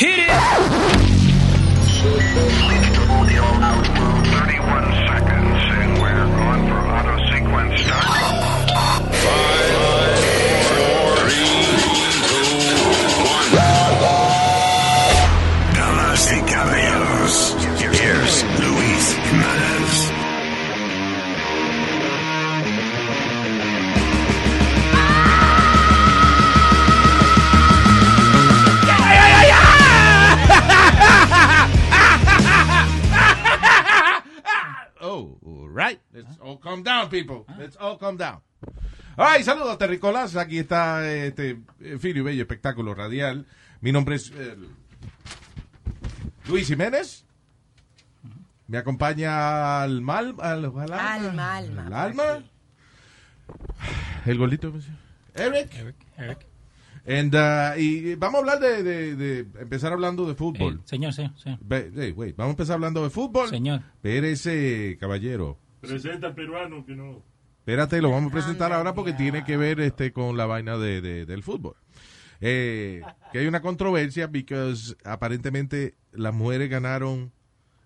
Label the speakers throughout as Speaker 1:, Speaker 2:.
Speaker 1: Hit it!
Speaker 2: Damas y caballeros, here's Luis Jiménez.
Speaker 3: Oh, all right. Let's all calm down, people. Let's all calm down. All right, saludos, Terricolas. Aquí está eh, este eh, fino y bello espectáculo radial. Mi nombre es eh, Luis Jiménez. Me acompaña al mal, al, al alma.
Speaker 4: Alma, alma.
Speaker 3: El alma. El gordito. Eric. And, uh, y vamos a hablar de, de- de empezar hablando de fútbol.
Speaker 5: Eh, señor, señor, señor.
Speaker 3: Ve- hey, wait, vamos a empezar hablando de fútbol.
Speaker 5: Señor.
Speaker 3: Espérese, caballero.
Speaker 6: Presenta al peruano que no.
Speaker 3: Espérate, lo vamos a presentar ahora porque tiene que ver este con la vaina de, de- del fútbol. Eh, que hay una controversia because aparentemente las mujeres ganaron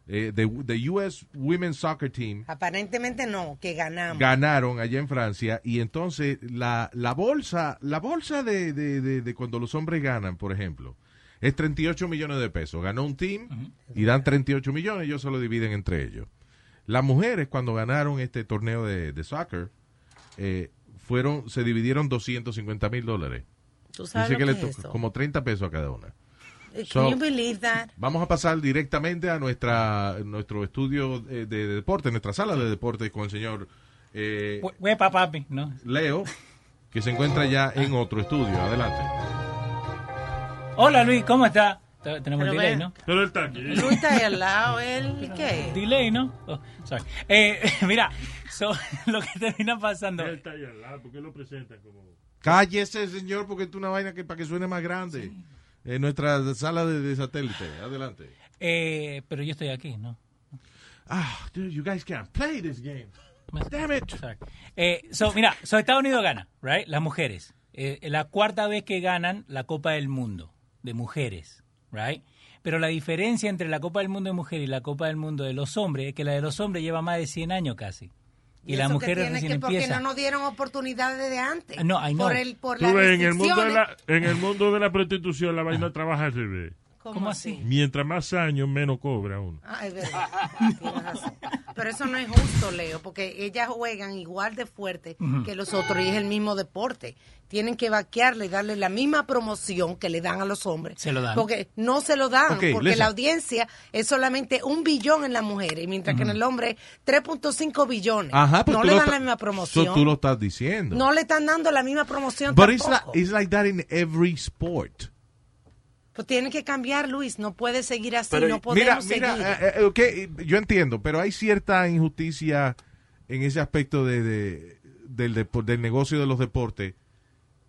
Speaker 3: eh, the, the US Women's Soccer Team
Speaker 4: Aparentemente no, que ganamos.
Speaker 3: ganaron allá en Francia y entonces la, la bolsa la bolsa de, de- de- de cuando los hombres ganan, por ejemplo, es 38 millones de pesos. Ganó un team y dan 38 millones, ellos se lo dividen entre ellos. Las mujeres cuando ganaron este torneo de, de soccer eh, fueron se dividieron 250 mil dólares.
Speaker 4: ¿Tú sabes
Speaker 3: Dice que
Speaker 4: lo
Speaker 3: le
Speaker 4: que es
Speaker 3: tocó
Speaker 4: eso?
Speaker 3: como 30 pesos a cada una.
Speaker 4: Can
Speaker 3: so-
Speaker 4: you believe that?
Speaker 3: Vamos a pasar directamente a nuestra nuestro estudio eh, de, de deporte, nuestra sala de deporte con el señor eh,
Speaker 5: Hue- Huepa, papi. No.
Speaker 3: Leo, que se encuentra ya en otro estudio. Adelante.
Speaker 5: Hola, Luis, ¿cómo está? T- Tenemos
Speaker 4: Pero
Speaker 5: delay,
Speaker 4: ve.
Speaker 5: ¿no?
Speaker 6: Pero él está aquí.
Speaker 4: Tú estás ahí al lado, él, ¿qué?
Speaker 5: Delay, ¿no? Oh, sorry. Eh, mira, so, lo que termina pasando.
Speaker 6: Él está ahí al lado. ¿Por qué lo presentan como.?
Speaker 3: Cállese, señor, porque es una vaina que para que suene más grande. En nuestra sala de, de satélite. Adelante.
Speaker 5: Eh, pero yo estoy aquí, ¿no?
Speaker 3: Ah, dude, you guys can't play this game. Damn it.
Speaker 5: Sorry. Eh, so, mira, so Estados Unidos gana, right? Las mujeres. Eh, la cuarta vez que ganan la Copa del Mundo de mujeres, right? Pero la diferencia entre la Copa del Mundo de mujeres y la Copa del Mundo de los hombres es que la de los hombres lleva más de 100 años casi. Y, la
Speaker 4: eso que
Speaker 5: mujer
Speaker 4: tiene
Speaker 5: recién
Speaker 4: que Porque
Speaker 5: empieza. Ah,
Speaker 4: no nos dieron oportunidades desde antes.
Speaker 5: No, I know.
Speaker 4: Por, el, por
Speaker 6: Tú
Speaker 4: las
Speaker 6: ves, en el, mundo de
Speaker 4: restricciones.
Speaker 6: la, en el mundo de la prostitución, la vaina trabaja al revés.
Speaker 4: ¿Cómo,
Speaker 5: ¿Cómo
Speaker 4: así?
Speaker 5: así?
Speaker 6: Mientras más años, menos cobra uno.
Speaker 4: Ah, es verdad. Tienes razón. Pero eso no es justo, Leo, porque ellas juegan igual de fuerte que los otros y es el mismo deporte. Tienen que vaquearle y darle la misma promoción que le dan a los hombres.
Speaker 5: Se lo dan.
Speaker 4: Porque no se lo dan,
Speaker 3: Ok,
Speaker 4: porque
Speaker 3: listen.
Speaker 4: la audiencia es solamente un billón en las mujeres, mientras que en el hombre 3.5 billones.
Speaker 3: Ajá, pues
Speaker 4: no
Speaker 3: tú
Speaker 4: le
Speaker 3: lo
Speaker 4: dan
Speaker 3: ta-
Speaker 4: la misma
Speaker 3: So,
Speaker 4: promoción.
Speaker 3: tú lo estás diciendo.
Speaker 4: No le están dando la misma promoción
Speaker 3: But it's,
Speaker 4: tampoco.
Speaker 3: not- it's like that in every sport.
Speaker 4: Pues tienen que cambiar, Luis. No puede seguir así. no
Speaker 3: mira,
Speaker 4: podemos
Speaker 3: mira,
Speaker 4: seguir.
Speaker 3: eh, eh, ok, yo entiendo, pero hay cierta injusticia en ese aspecto de, de- del, depo- del negocio de los deportes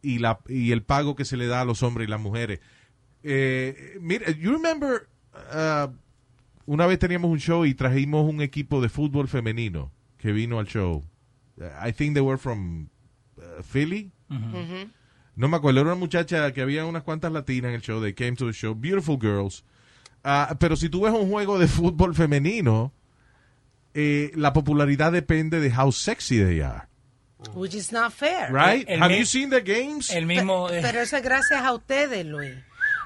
Speaker 3: y, la, y el pago que se le da a los hombres y las mujeres. Eh, mira, you remember, uh, una vez teníamos un show y trajimos un equipo de fútbol femenino que vino al show. Uh, I think they were from uh, Philly.
Speaker 4: Ujú.
Speaker 3: No me acuerdo, era una muchacha que había unas cuantas latinas en el show. They came to the show. Beautiful girls. Ah, pero si tú ves un juego de fútbol femenino, eh, la popularidad depende de how sexy they are.
Speaker 4: Which is not fair.
Speaker 3: Right?
Speaker 5: Eh, El- el
Speaker 3: Have
Speaker 5: mi-
Speaker 3: you seen the games?
Speaker 5: El
Speaker 4: Pe-
Speaker 5: mismo. eh,
Speaker 4: Pero eso es gracias a ustedes, Luis.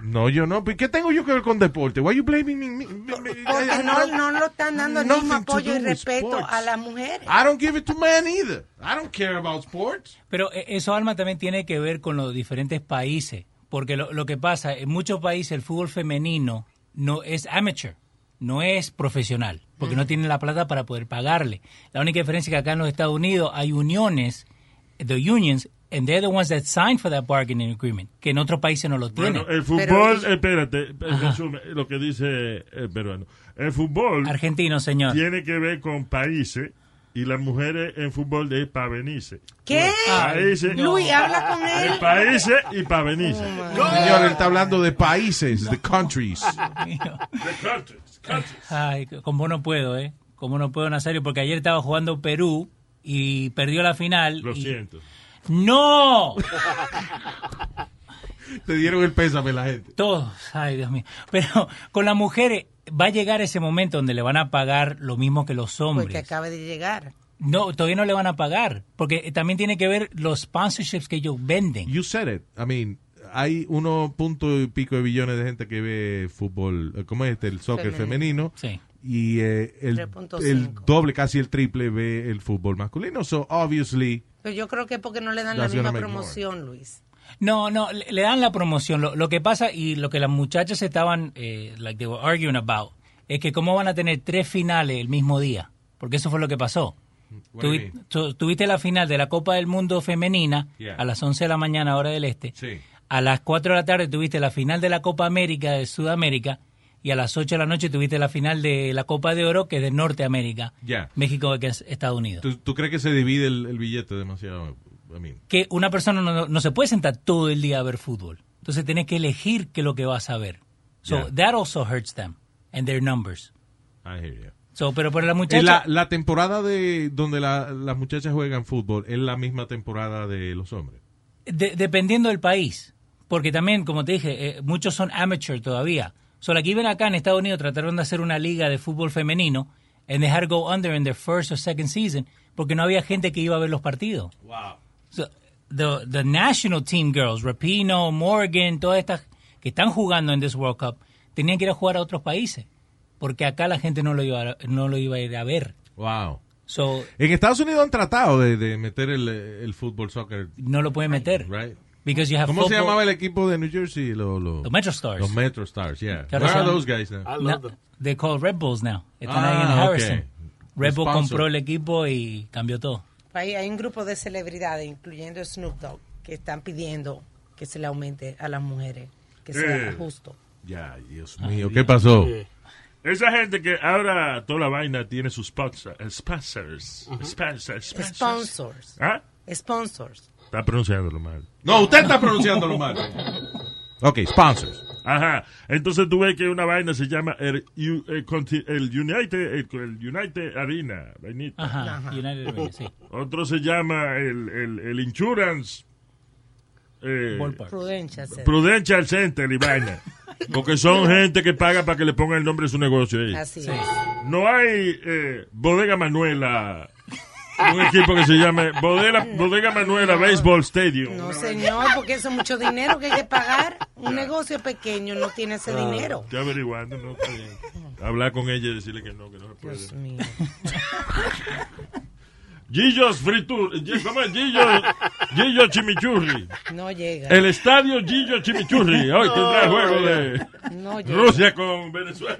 Speaker 3: No, yo no. ¿Pero ¿Qué tengo yo que ver con deporte? Why you blaming me? me- me- me-
Speaker 4: Porque Oh, no, no lo están dando el
Speaker 3: Nothing
Speaker 4: mismo
Speaker 3: to
Speaker 4: apoyo y
Speaker 3: do with
Speaker 4: respeto
Speaker 3: sports.
Speaker 4: a las mujeres.
Speaker 5: Ah,
Speaker 3: I don't give it to men either. I don't care about sports.
Speaker 5: Pero eh, eso, Alma, también tiene que ver con los diferentes países. Porque lo, lo que pasa, en muchos países el fútbol femenino no es amateur, no es profesional, porque no tienen la plata para poder pagarle. La única diferencia es que acá en los Estados Unidos hay uniones, the unions, and they're the ones that sign for that bargaining agreement, que en otros países no lo tienen.
Speaker 6: Bueno, el fútbol,
Speaker 4: Pero-
Speaker 6: espérate, en resumen, lo que dice el peruano. El fútbol
Speaker 5: Argentino, señor.
Speaker 6: tiene que ver con países y las mujeres en fútbol es para venirse.
Speaker 4: ¿Qué?
Speaker 6: Países,
Speaker 4: Luis, Oh, habla con
Speaker 6: de
Speaker 4: él.
Speaker 6: países y para venirse.
Speaker 3: Señor, él está hablando de países, de countries.
Speaker 5: Ay, como no puedo, ¿eh? Como no puedo, Nazario, porque ayer estaba jugando Perú y perdió la final.
Speaker 6: Lo
Speaker 5: y-
Speaker 6: siento.
Speaker 5: ¡No!
Speaker 3: Te dieron el pésame la gente.
Speaker 5: Todos, ay Dios mío. Pero con las mujeres va a llegar ese momento donde le van a pagar lo mismo que los
Speaker 4: Porque
Speaker 5: hombres.
Speaker 4: pues, acaba de llegar.
Speaker 5: No, todavía no le van a pagar, porque eh, también tiene que ver los sponsorships que ellos venden.
Speaker 3: You said it. I mean, hay uno punto y pico de billones de gente que ve fútbol, eh, ¿cómo es este? El soccer femenino.
Speaker 4: Femenino.
Speaker 5: Sí.
Speaker 3: Y eh, el,
Speaker 4: 3.5.
Speaker 3: el doble, casi el triple ve el fútbol masculino. So, obviously,
Speaker 4: Pero yo creo que es porque no le dan
Speaker 3: That's
Speaker 4: la
Speaker 3: gonna
Speaker 4: misma
Speaker 3: make more.
Speaker 4: promoción, Luis.
Speaker 5: No, no, le le dan la promoción. Lo, lo que pasa y lo que las muchachas estaban, eh, like they were arguing about, es que cómo van a tener tres finales el mismo día, porque eso fue lo que pasó.
Speaker 3: What do you
Speaker 5: Tuvi-
Speaker 3: mean?
Speaker 5: tu- tuviste la final de la Copa del Mundo femenina
Speaker 3: Yeah.
Speaker 5: a las 11 de la mañana, hora del este.
Speaker 3: Sí.
Speaker 5: A las 4 de la tarde tuviste la final de la Copa América de Sudamérica. Y a las 8 de la noche tuviste la final de la Copa de Oro, que es de Norteamérica.
Speaker 3: Yeah.
Speaker 5: México, que es Estados Unidos.
Speaker 3: ¿tú, tú crees que se divide el, el billete demasiado? I mean,
Speaker 5: que una persona no, no se puede sentar todo el día a ver fútbol. Entonces tienes que elegir qué es lo que vas a ver. So
Speaker 3: Yeah.
Speaker 5: that also hurts them and their numbers.
Speaker 3: I hear you.
Speaker 5: So, pero para la
Speaker 3: Eh,
Speaker 5: muchacha,
Speaker 3: La, la temporada de donde la- las muchachas juegan fútbol es la misma temporada de los hombres.
Speaker 5: de- dependiendo del país, porque también, como te dije, eh, muchos son amateur todavía. So, aquí ven acá en Estados Unidos trataron de hacer una liga de fútbol femenino and they had to go under in their first or second season porque no había gente que iba a ver los partidos. So, the, the national team girls, Rapino, Morgan, todas estas que están jugando en this World Cup, tenían que ir a jugar a otros países, porque acá la gente no lo iba a, no lo iba a ir a ver.
Speaker 3: Wow.
Speaker 5: So,
Speaker 3: En Estados Unidos han tratado de, de meter el, el fútbol, soccer,
Speaker 5: no lo pueden meter.
Speaker 3: right?
Speaker 5: Because you have
Speaker 3: ¿Cómo se
Speaker 5: football-
Speaker 3: llamaba el equipo de New Jersey? Lo- lo-
Speaker 5: Los Metro Stars.
Speaker 3: Los Metro Stars, yeah.
Speaker 5: Que
Speaker 3: Where
Speaker 5: ahora se
Speaker 3: are
Speaker 5: llaman-
Speaker 3: those guys now?
Speaker 1: I
Speaker 5: No,
Speaker 1: love them.
Speaker 5: they call Red Bulls now. Están ahí en
Speaker 3: Ah,
Speaker 5: Harrison.
Speaker 3: ok.
Speaker 5: Red Bull
Speaker 3: Sponsor.
Speaker 5: compró el equipo y cambió todo.
Speaker 4: Hay, hay un grupo de celebridades, incluyendo Snoop Dogg, que están pidiendo que se le aumente a las mujeres, que sea
Speaker 6: Eh.
Speaker 4: justo.
Speaker 3: Ya, Dios mío, ¿qué pasó?
Speaker 1: Yeah.
Speaker 6: Esa gente que ahora toda la vaina tiene sus sponsor- sponsors. Sponsors. Sponsors.
Speaker 4: Sponsors.
Speaker 6: ¿Ah?
Speaker 4: Sponsors.
Speaker 6: Está pronunciándolo mal.
Speaker 3: No, usted está pronunciándolo mal. Ok, sponsors.
Speaker 6: Ajá. Entonces tú ves que una vaina se llama el, U- el conti- el United, el, el United Arena. vainita.
Speaker 5: Ajá. United Arena, sí.
Speaker 6: Otro se llama el, el, el Insurance. eh,
Speaker 5: Ballpark.
Speaker 4: Prudencia. se-
Speaker 6: Prudential Center y vaina. Porque son gente que paga para que le pongan el nombre de su negocio ahí.
Speaker 4: Así
Speaker 5: Sí.
Speaker 4: es.
Speaker 6: No hay eh, Bodega Manuela. Un equipo que se llame Bodega, Bodega Manuela Baseball Stadium.
Speaker 4: No, señor, porque eso es mucho dinero que hay que pagar. Un negocio pequeño no tiene ese dinero.
Speaker 6: Estoy averiguando, no está bien. Hablar con ella y decirle que no, que no se puede.
Speaker 4: Dios mío.
Speaker 6: Gillos Fritur, Gi- ¿cómo es? Gillos, Gillos Chimichurri.
Speaker 4: No llega.
Speaker 6: El estadio Gillos Chimichurri. Hoy tendrá el juego de
Speaker 4: No llega.
Speaker 6: Rusia con Venezuela.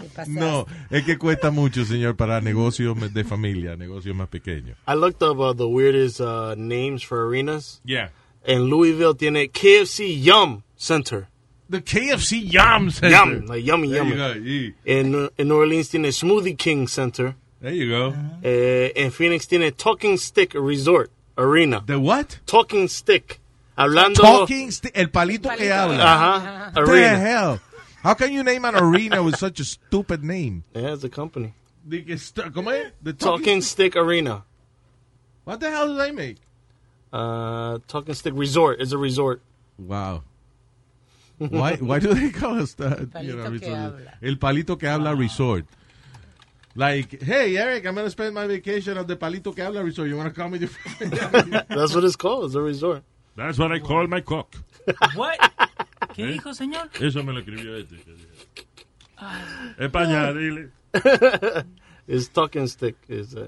Speaker 4: Te pasaste.
Speaker 3: No, es que cuesta mucho, señor, para negocios de familia, negocios más pequeños.
Speaker 1: I looked up uh, the weirdest uh, names for arenas,
Speaker 6: Yeah.
Speaker 1: and Louisville tiene KFC Yum Center.
Speaker 3: The KFC Yum Center.
Speaker 1: Yum, like yummy,
Speaker 3: There you
Speaker 1: yummy.
Speaker 3: go. y-
Speaker 1: En, en New Orleans tiene Smoothie King Center.
Speaker 3: There you go.
Speaker 1: Eh, en Phoenix tiene Talking Stick Resort Arena.
Speaker 3: The what?
Speaker 1: Talking Stick. Hablando.
Speaker 3: Talking, sti- el palito que habla.
Speaker 1: Ajá.
Speaker 3: What the
Speaker 1: Arena.
Speaker 3: hell? How can you name an arena with such a stupid name?
Speaker 1: Yeah, it's a company.
Speaker 3: The- the- ¿Cómo es? The
Speaker 1: Talking Stick Arena.
Speaker 3: What the hell do they make?
Speaker 1: Uh, Talking Stick Resort is a resort.
Speaker 3: Wow. Why, why do they call us that?
Speaker 4: Palito que habla.
Speaker 3: El palito que habla resort. Like, hey, Eric, I'm going to spend my vacation at the palito que habla resort. You want to come with your friend?
Speaker 1: That's what it's called. It's a resort.
Speaker 6: That's what I call my cock.
Speaker 5: What? ¿Qué dijo, señor?
Speaker 6: Eso me lo escribió este. que dije. Es para añadirle.
Speaker 1: It's Talking Stick. Is uh, it's a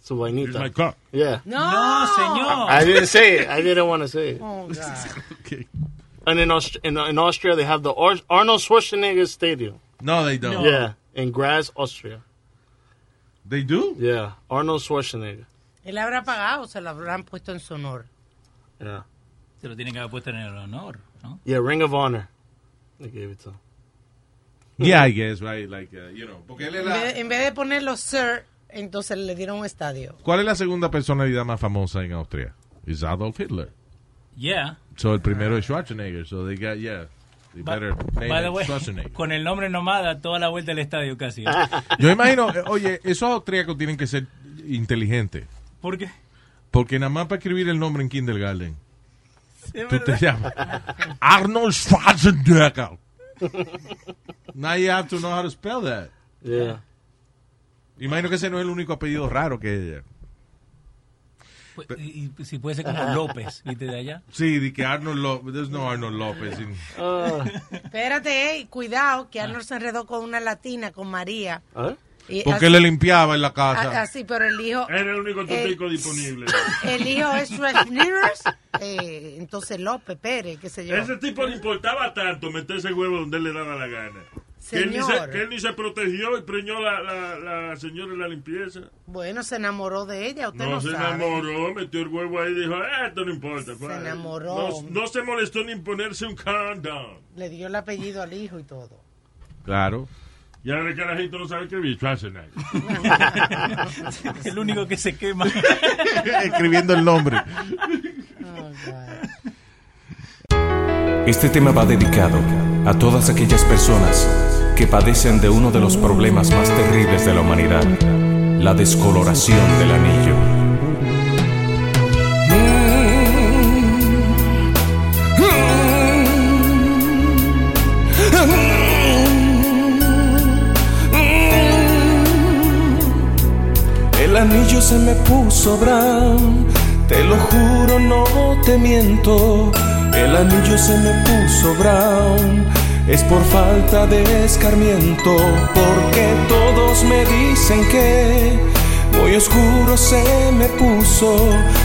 Speaker 6: It's my
Speaker 1: vainita.
Speaker 6: cock.
Speaker 1: Yeah.
Speaker 4: No.
Speaker 5: No, señor.
Speaker 1: I didn't say it. I didn't want to say it.
Speaker 4: Oh, God.
Speaker 3: Okay.
Speaker 1: And in, Aust- in, in Austria, they have the Ar- Arnold Schwarzenegger Stadium.
Speaker 3: No, they
Speaker 7: Oh.
Speaker 3: don't.
Speaker 1: Yeah. In Graz, Austria.
Speaker 3: They do?
Speaker 1: Yeah. Arnold Schwarzenegger.
Speaker 4: Él habrá pagado, se lo habrán puesto en su honor.
Speaker 1: Yeah.
Speaker 5: Se lo tienen que haber puesto en el honor, ¿no?
Speaker 1: Yeah, Ring of Honor. They gave it to him.
Speaker 3: Yeah, I guess, right? Like, uh, you know. Porque él es
Speaker 4: En vez,
Speaker 3: la...
Speaker 4: en vez de ponerlo sir, entonces le dieron un estadio.
Speaker 3: ¿Cuál es la segunda personalidad más famosa en Austria? Es Adolf Hitler.
Speaker 5: Yeah.
Speaker 3: So, el primero es Schwarzenegger. So, they got, yeah. They
Speaker 5: Ba-
Speaker 3: better name
Speaker 5: by the
Speaker 3: it
Speaker 5: way,
Speaker 3: Schwarzenegger.
Speaker 5: con el nombre nomada toda la vuelta del estadio casi.
Speaker 3: eh, Yo imagino, eh, oye, esos austríacos tienen que ser inteligentes.
Speaker 5: ¿Por qué?
Speaker 3: Porque nada más para escribir el nombre en kindergarten. Tú te llamas Arnold Schwarzenegger. Now you have to know how to spell that.
Speaker 1: Yeah.
Speaker 3: Imagino que ese no es el único apellido raro que ella.
Speaker 5: Pu- pues, y- y si puede ser como López, ¿viste de allá?
Speaker 3: Sí, di que Arnold López. There's no Arnold López. in-
Speaker 4: Espérate, ey, cuidado,
Speaker 6: Ah.
Speaker 4: que Arnold se enredó con una latina, con María.
Speaker 1: ¿Eh?
Speaker 4: Y
Speaker 3: Porque
Speaker 4: así-
Speaker 3: le limpiaba en la
Speaker 4: a-
Speaker 3: casa.
Speaker 4: Así, pero el hijo,
Speaker 6: Era el único totico
Speaker 4: Eh,
Speaker 6: disponible.
Speaker 4: el hijo es Schwarzenegger, eh, entonces López Pérez, qué sé yo.
Speaker 6: Ese tipo le importaba tanto meterse el huevo donde él le daba la gana. Que él, ni se,
Speaker 4: Señor.
Speaker 6: que él ni se protegió y preñó la, la, la señora de la limpieza.
Speaker 4: Bueno, se enamoró de ella, usted
Speaker 6: No,
Speaker 4: no,
Speaker 6: se
Speaker 4: sabe.
Speaker 6: enamoró, metió el huevo ahí y dijo, "Ah, esto no importa.
Speaker 4: Se
Speaker 6: padre".
Speaker 4: enamoró.
Speaker 6: No, no se molestó ni en ponerse un condom.
Speaker 4: Le dio el apellido al hijo y todo.
Speaker 3: Claro.
Speaker 6: Y ahora el carajito no sabe qué bicho hace nadie.
Speaker 5: El único que se quema.
Speaker 3: Escribiendo el nombre.
Speaker 8: Este tema va dedicado a todas aquellas personas que padecen de uno de los problemas más terribles de la humanidad, la descoloración del anillo. El anillo se me puso brown, te lo juro, no te miento. El anillo se me puso brown, es por falta de escarmiento, porque todos me dicen que muy oscuro se me puso,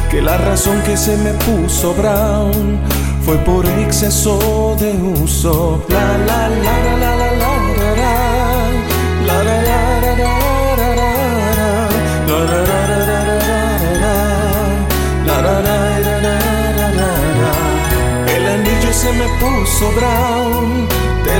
Speaker 8: que la razón que se me puso brown fue por exceso de uso. La la la la la la la la la la la la la la el anillo se me puso brown, te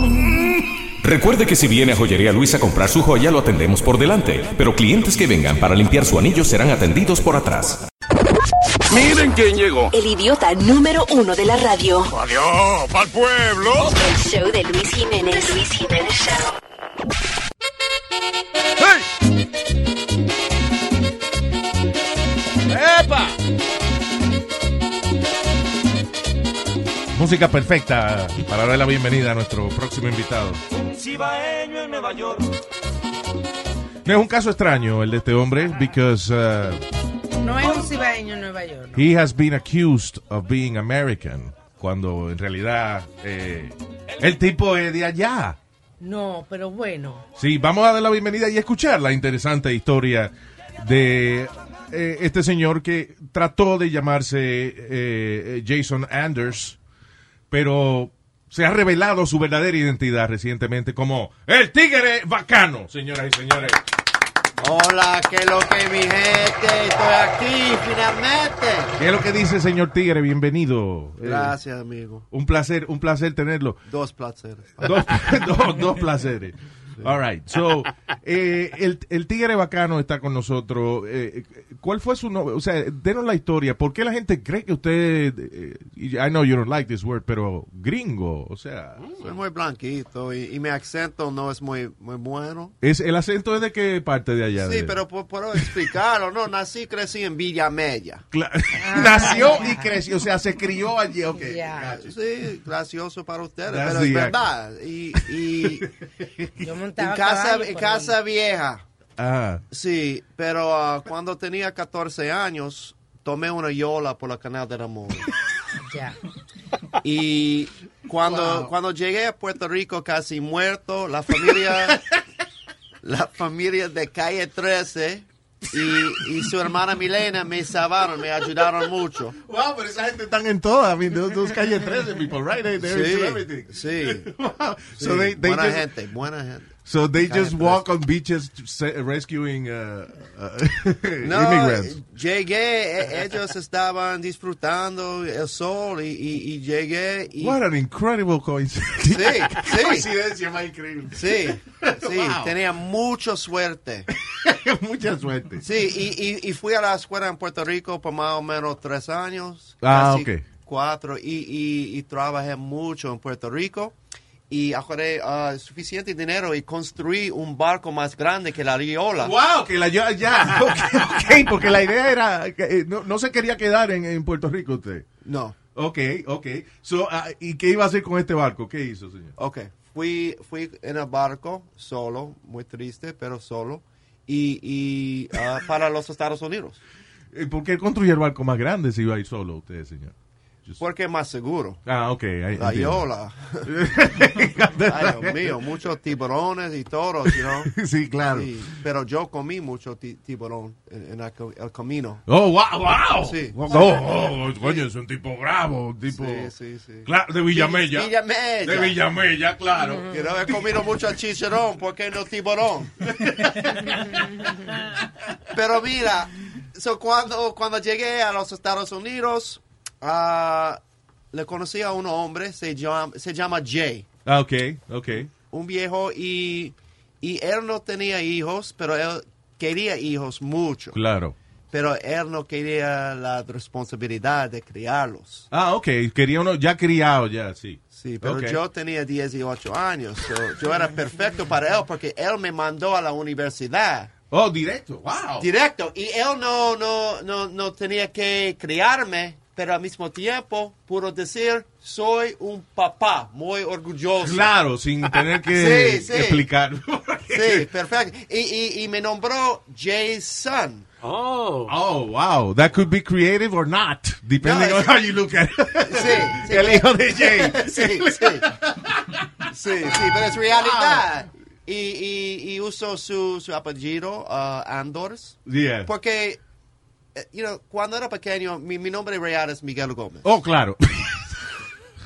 Speaker 8: Recuerde que si viene a Joyería Luis a comprar su joya, lo atendemos por delante. Pero clientes que vengan para limpiar su anillo serán atendidos por atrás.
Speaker 2: Miren quién llegó.
Speaker 9: El idiota número uno de la radio.
Speaker 2: Adiós, pa'l pueblo.
Speaker 9: El show de Luis Jiménez. Luis Jiménez Show.
Speaker 3: Música perfecta para dar la bienvenida a nuestro próximo invitado. No es un caso extraño el de este hombre, because uh,
Speaker 4: No es un cibaeño en Nueva York.
Speaker 3: he has been accused of being American, cuando en realidad eh, el tipo es de allá.
Speaker 4: No, No, pero bueno.
Speaker 3: Sí, vamos a dar la bienvenida y escuchar la interesante historia de eh, este señor que trató de llamarse eh, eh, Jason Anders, pero se ha revelado su verdadera identidad recientemente como el tigre bacano, señoras y señores.
Speaker 7: Hola, que lo que mi gente, estoy aquí finalmente.
Speaker 3: ¿Qué es lo que dice señor tigre? Bienvenido. Eh,
Speaker 7: Gracias, amigo.
Speaker 3: un placer, un placer tenerlo.
Speaker 7: Dos placeres.
Speaker 3: dos, dos- dos placeres. All right. So, eh, el, el Tigre Bacano está con nosotros. Eh, ¿Cuál fue su nombre? O sea, denos la historia. ¿Por qué la gente cree que usted. eh, I know you don't like this word, pero gringo. O sea,
Speaker 7: Soy muy blanquito y, y mi acento no es muy, muy bueno.
Speaker 3: es, ¿el acento es de qué parte de allá?
Speaker 7: Sí,
Speaker 3: De-
Speaker 7: pero pu- puedo explicarlo, ¿no? Nací y crecí en Villa Mella.
Speaker 3: Cla-
Speaker 7: Ah.
Speaker 3: Nació y creció. O sea, se crió allí. Ok.
Speaker 4: Ya.
Speaker 7: Sí, gracioso para ustedes,
Speaker 3: That's
Speaker 7: pero es
Speaker 3: the act.
Speaker 7: verdad. Y, y
Speaker 4: Yo
Speaker 7: en
Speaker 4: montaba
Speaker 7: casa,
Speaker 4: caballo
Speaker 7: en
Speaker 4: por
Speaker 7: casa
Speaker 4: ahí.
Speaker 7: vieja.
Speaker 3: Ah,
Speaker 7: Sí, pero ah, cuando tenía 14 años, tomé una yola por la canal de Ramón.
Speaker 4: Ya.
Speaker 7: Y cuando, cuando llegué a Puerto Rico casi muerto, la familia, la familia de calle 13 y, y su hermana Milena me salvaron, me ayudaron mucho.
Speaker 3: Wow, pero esa gente están en todas. I mean, those, those calle 13 people, right? They, they're into
Speaker 7: Sí,
Speaker 3: everything.
Speaker 7: sí,
Speaker 3: Wow.
Speaker 7: sí,
Speaker 3: So they- they
Speaker 7: buena
Speaker 3: just-
Speaker 7: gente, buena gente.
Speaker 3: So they
Speaker 7: Calle
Speaker 3: just walk on beaches to sa- rescuing uh, uh,
Speaker 7: No,
Speaker 3: immigrants.
Speaker 7: llegué, e- ellos estaban disfrutando el sol y, y- y llegué eh, y...
Speaker 3: What an incredible coincidence.
Speaker 7: Sí, sí.
Speaker 3: Coincidencia más increíble.
Speaker 7: Sí, sí,
Speaker 3: Wow.
Speaker 7: tenía mucha suerte.
Speaker 3: Mucha suerte.
Speaker 7: Sí, y, y- y fui a la escuela en Puerto Rico por más o menos tres años.
Speaker 3: Ah,
Speaker 7: casi
Speaker 3: ok.
Speaker 7: Cuatro, y, y- y trabajé mucho en Puerto Rico. Y ahorré ah, suficiente dinero y construí un barco más grande que la Riola.
Speaker 3: Wow, que la ya, ya. Okay, ok, porque la idea era que, eh, no, no se quería quedar en, en Puerto Rico usted.
Speaker 7: No.
Speaker 3: Ok, ok. So, ah, ¿y qué iba a hacer con este barco? ¿Qué hizo, señor?
Speaker 7: Ok, fui, fui en el barco solo, muy triste, pero solo. Y, y ah, para los Estados Unidos,
Speaker 3: Eh, ¿Por qué construyó el barco más grande si iba a ir solo usted, señor?
Speaker 7: porque es más seguro.
Speaker 3: Ah, ok. ahí
Speaker 7: La
Speaker 3: entiendo.
Speaker 7: yola. Ay, Dios mío, muchos tiburones y toros, you know.
Speaker 3: Sí, claro.
Speaker 7: Sí, pero yo comí mucho ti- tiburón en, en el, co- el camino.
Speaker 3: Oh, wow, wow.
Speaker 7: Sí.
Speaker 3: Oh, oh, oh, coño, es un tipo bravo, un tipo...
Speaker 7: Sí, sí, sí.
Speaker 6: Claro, de Villamella.
Speaker 7: Villamella.
Speaker 6: De Villamella, claro.
Speaker 7: You know, he comido mucho chicharrón, ¿por qué no tiburón? pero mira, so cuando, cuando llegué a los Estados Unidos, ah, le conocí a un hombre, se llama, se llama Jay.
Speaker 3: Ah, ok, ok.
Speaker 7: un viejo y, y él no tenía hijos, pero él quería hijos mucho.
Speaker 3: Claro.
Speaker 7: Pero él no quería la responsabilidad de criarlos.
Speaker 3: Ah, ok. Quería uno ya criado, ya, sí.
Speaker 7: Sí, pero
Speaker 3: Ok.
Speaker 7: yo tenía 18 años. so yo era perfecto para él porque él me mandó a la universidad
Speaker 3: Oh, directo. Wow.
Speaker 7: directo. Y él no, no, no, no tenía que criarme, pero al mismo tiempo pudo decir, soy un papá muy orgulloso.
Speaker 3: Claro, sin tener que
Speaker 7: Sí, sí.
Speaker 3: explicar.
Speaker 7: Sí, perfecto. Y, y, y me nombró Jason.
Speaker 1: Oh.
Speaker 3: Oh, wow. That could be creative or not, depending
Speaker 7: No,
Speaker 3: on
Speaker 7: es-
Speaker 3: how you look at it.
Speaker 7: Sí, sí.
Speaker 3: El hijo de Jay.
Speaker 7: sí, sí. Sí, sí, pero es
Speaker 4: Ah.
Speaker 7: realidad. Y, y, y uso su, su apellido, ah, Andors,
Speaker 3: Yeah.
Speaker 7: porque, eh, you know, cuando era pequeño, mi, mi nombre real es Miguel Gómez.
Speaker 3: Oh, claro.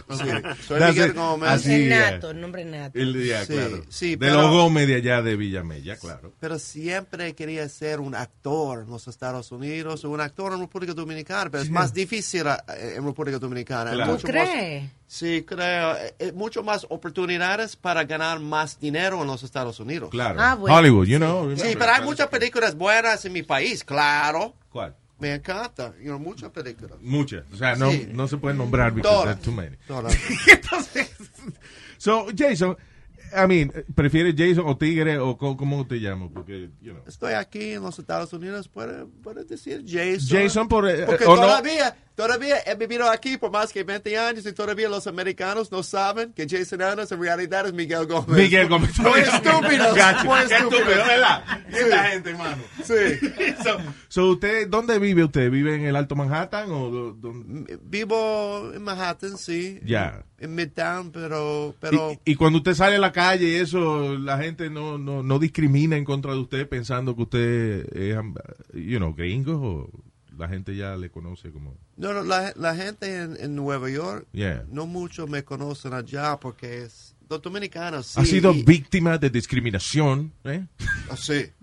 Speaker 7: Sí, soy
Speaker 3: That's
Speaker 7: Miguel
Speaker 3: it.
Speaker 7: Gómez.
Speaker 3: Así,
Speaker 4: el
Speaker 3: eh,
Speaker 4: nato, el nombre nato.
Speaker 3: el día,
Speaker 7: Sí,
Speaker 3: claro.
Speaker 7: sí,
Speaker 3: de
Speaker 7: pero-
Speaker 3: los Gómez de allá de Villamella, claro.
Speaker 7: Pero siempre quería ser un actor en los Estados Unidos o un actor en República Dominicana, pero es más difícil ah, en República Dominicana.
Speaker 3: Claro.
Speaker 7: Mucho
Speaker 4: ¿Tú
Speaker 7: más-
Speaker 4: crees?
Speaker 7: sí, creo. eh, eh, Mucho más oportunidades para ganar más dinero en los Estados Unidos.
Speaker 3: Claro.
Speaker 4: Ah, bueno.
Speaker 3: Hollywood, you know. remember.
Speaker 7: Sí, pero hay muchas películas buenas en mi país, claro.
Speaker 3: ¿Cuál?
Speaker 7: Me encanta. You know, muchas películas.
Speaker 3: Muchas. O sea, no,
Speaker 7: Sí.
Speaker 3: no se pueden nombrar because
Speaker 7: Todas.
Speaker 3: that's too many.
Speaker 7: Todas.
Speaker 3: So, Jason, I mean, ¿prefieres Jason o Tigre o co- cómo te llamo? Porque, you know.
Speaker 7: Estoy aquí en los Estados Unidos, puede, puede decir Jason.
Speaker 3: Jason por... eh,
Speaker 7: Porque
Speaker 3: eh, o no.
Speaker 7: todavía, todavía he vivido aquí por más que 20 años y todavía los americanos no saben que Jason Adams en realidad es Miguel Gómez.
Speaker 3: Miguel Gómez.
Speaker 7: Muy estúpido.
Speaker 3: Gacho.
Speaker 7: Muy
Speaker 3: Qué estúpido,
Speaker 7: estúpido.
Speaker 3: ¿verdad? Esta gente, hermano.
Speaker 7: Sí.
Speaker 3: So, so, usted, ¿dónde vive usted? ¿Vive en el Alto Manhattan o do- dónde?
Speaker 7: Vivo en Manhattan, sí.
Speaker 3: Ya.
Speaker 7: En Midtown, pero... pero
Speaker 3: y, y cuando usted sale a la calle y eso, la gente no, no, no discrimina en contra de usted pensando que usted es, am- you know, gringo o la gente ya le conoce como...
Speaker 7: No, no, la, la gente en, en Nueva York,
Speaker 3: Yeah.
Speaker 7: no muchos me conocen allá porque es... Los dominicanos, sí.
Speaker 3: ha sido
Speaker 7: y-
Speaker 3: víctima de discriminación, ¿eh?
Speaker 7: Ah, sí.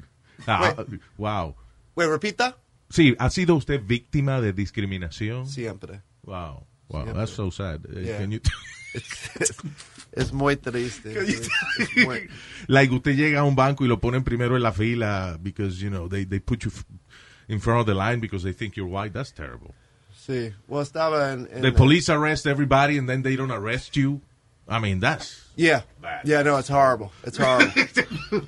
Speaker 7: Pues,
Speaker 3: Ah, wow.
Speaker 7: Wait, repita.
Speaker 3: Sí, ha sido usted víctima de discriminación.
Speaker 7: Siempre.
Speaker 3: Wow. Wow,
Speaker 7: Siempre.
Speaker 3: that's so sad. Eh,
Speaker 7: Yeah.
Speaker 3: can you-
Speaker 7: Es muy triste. sí. Es muy-
Speaker 3: like usted llega a un banco y lo ponen primero en la fila because you know they they put you f- in front of the line because they think you're white. That's terrible.
Speaker 7: sí. Well, estaba en... en
Speaker 3: The police arrest everybody and then they don't arrest you. I mean, that's
Speaker 7: Yeah. Yeah, no, it's horrible. It's horrible.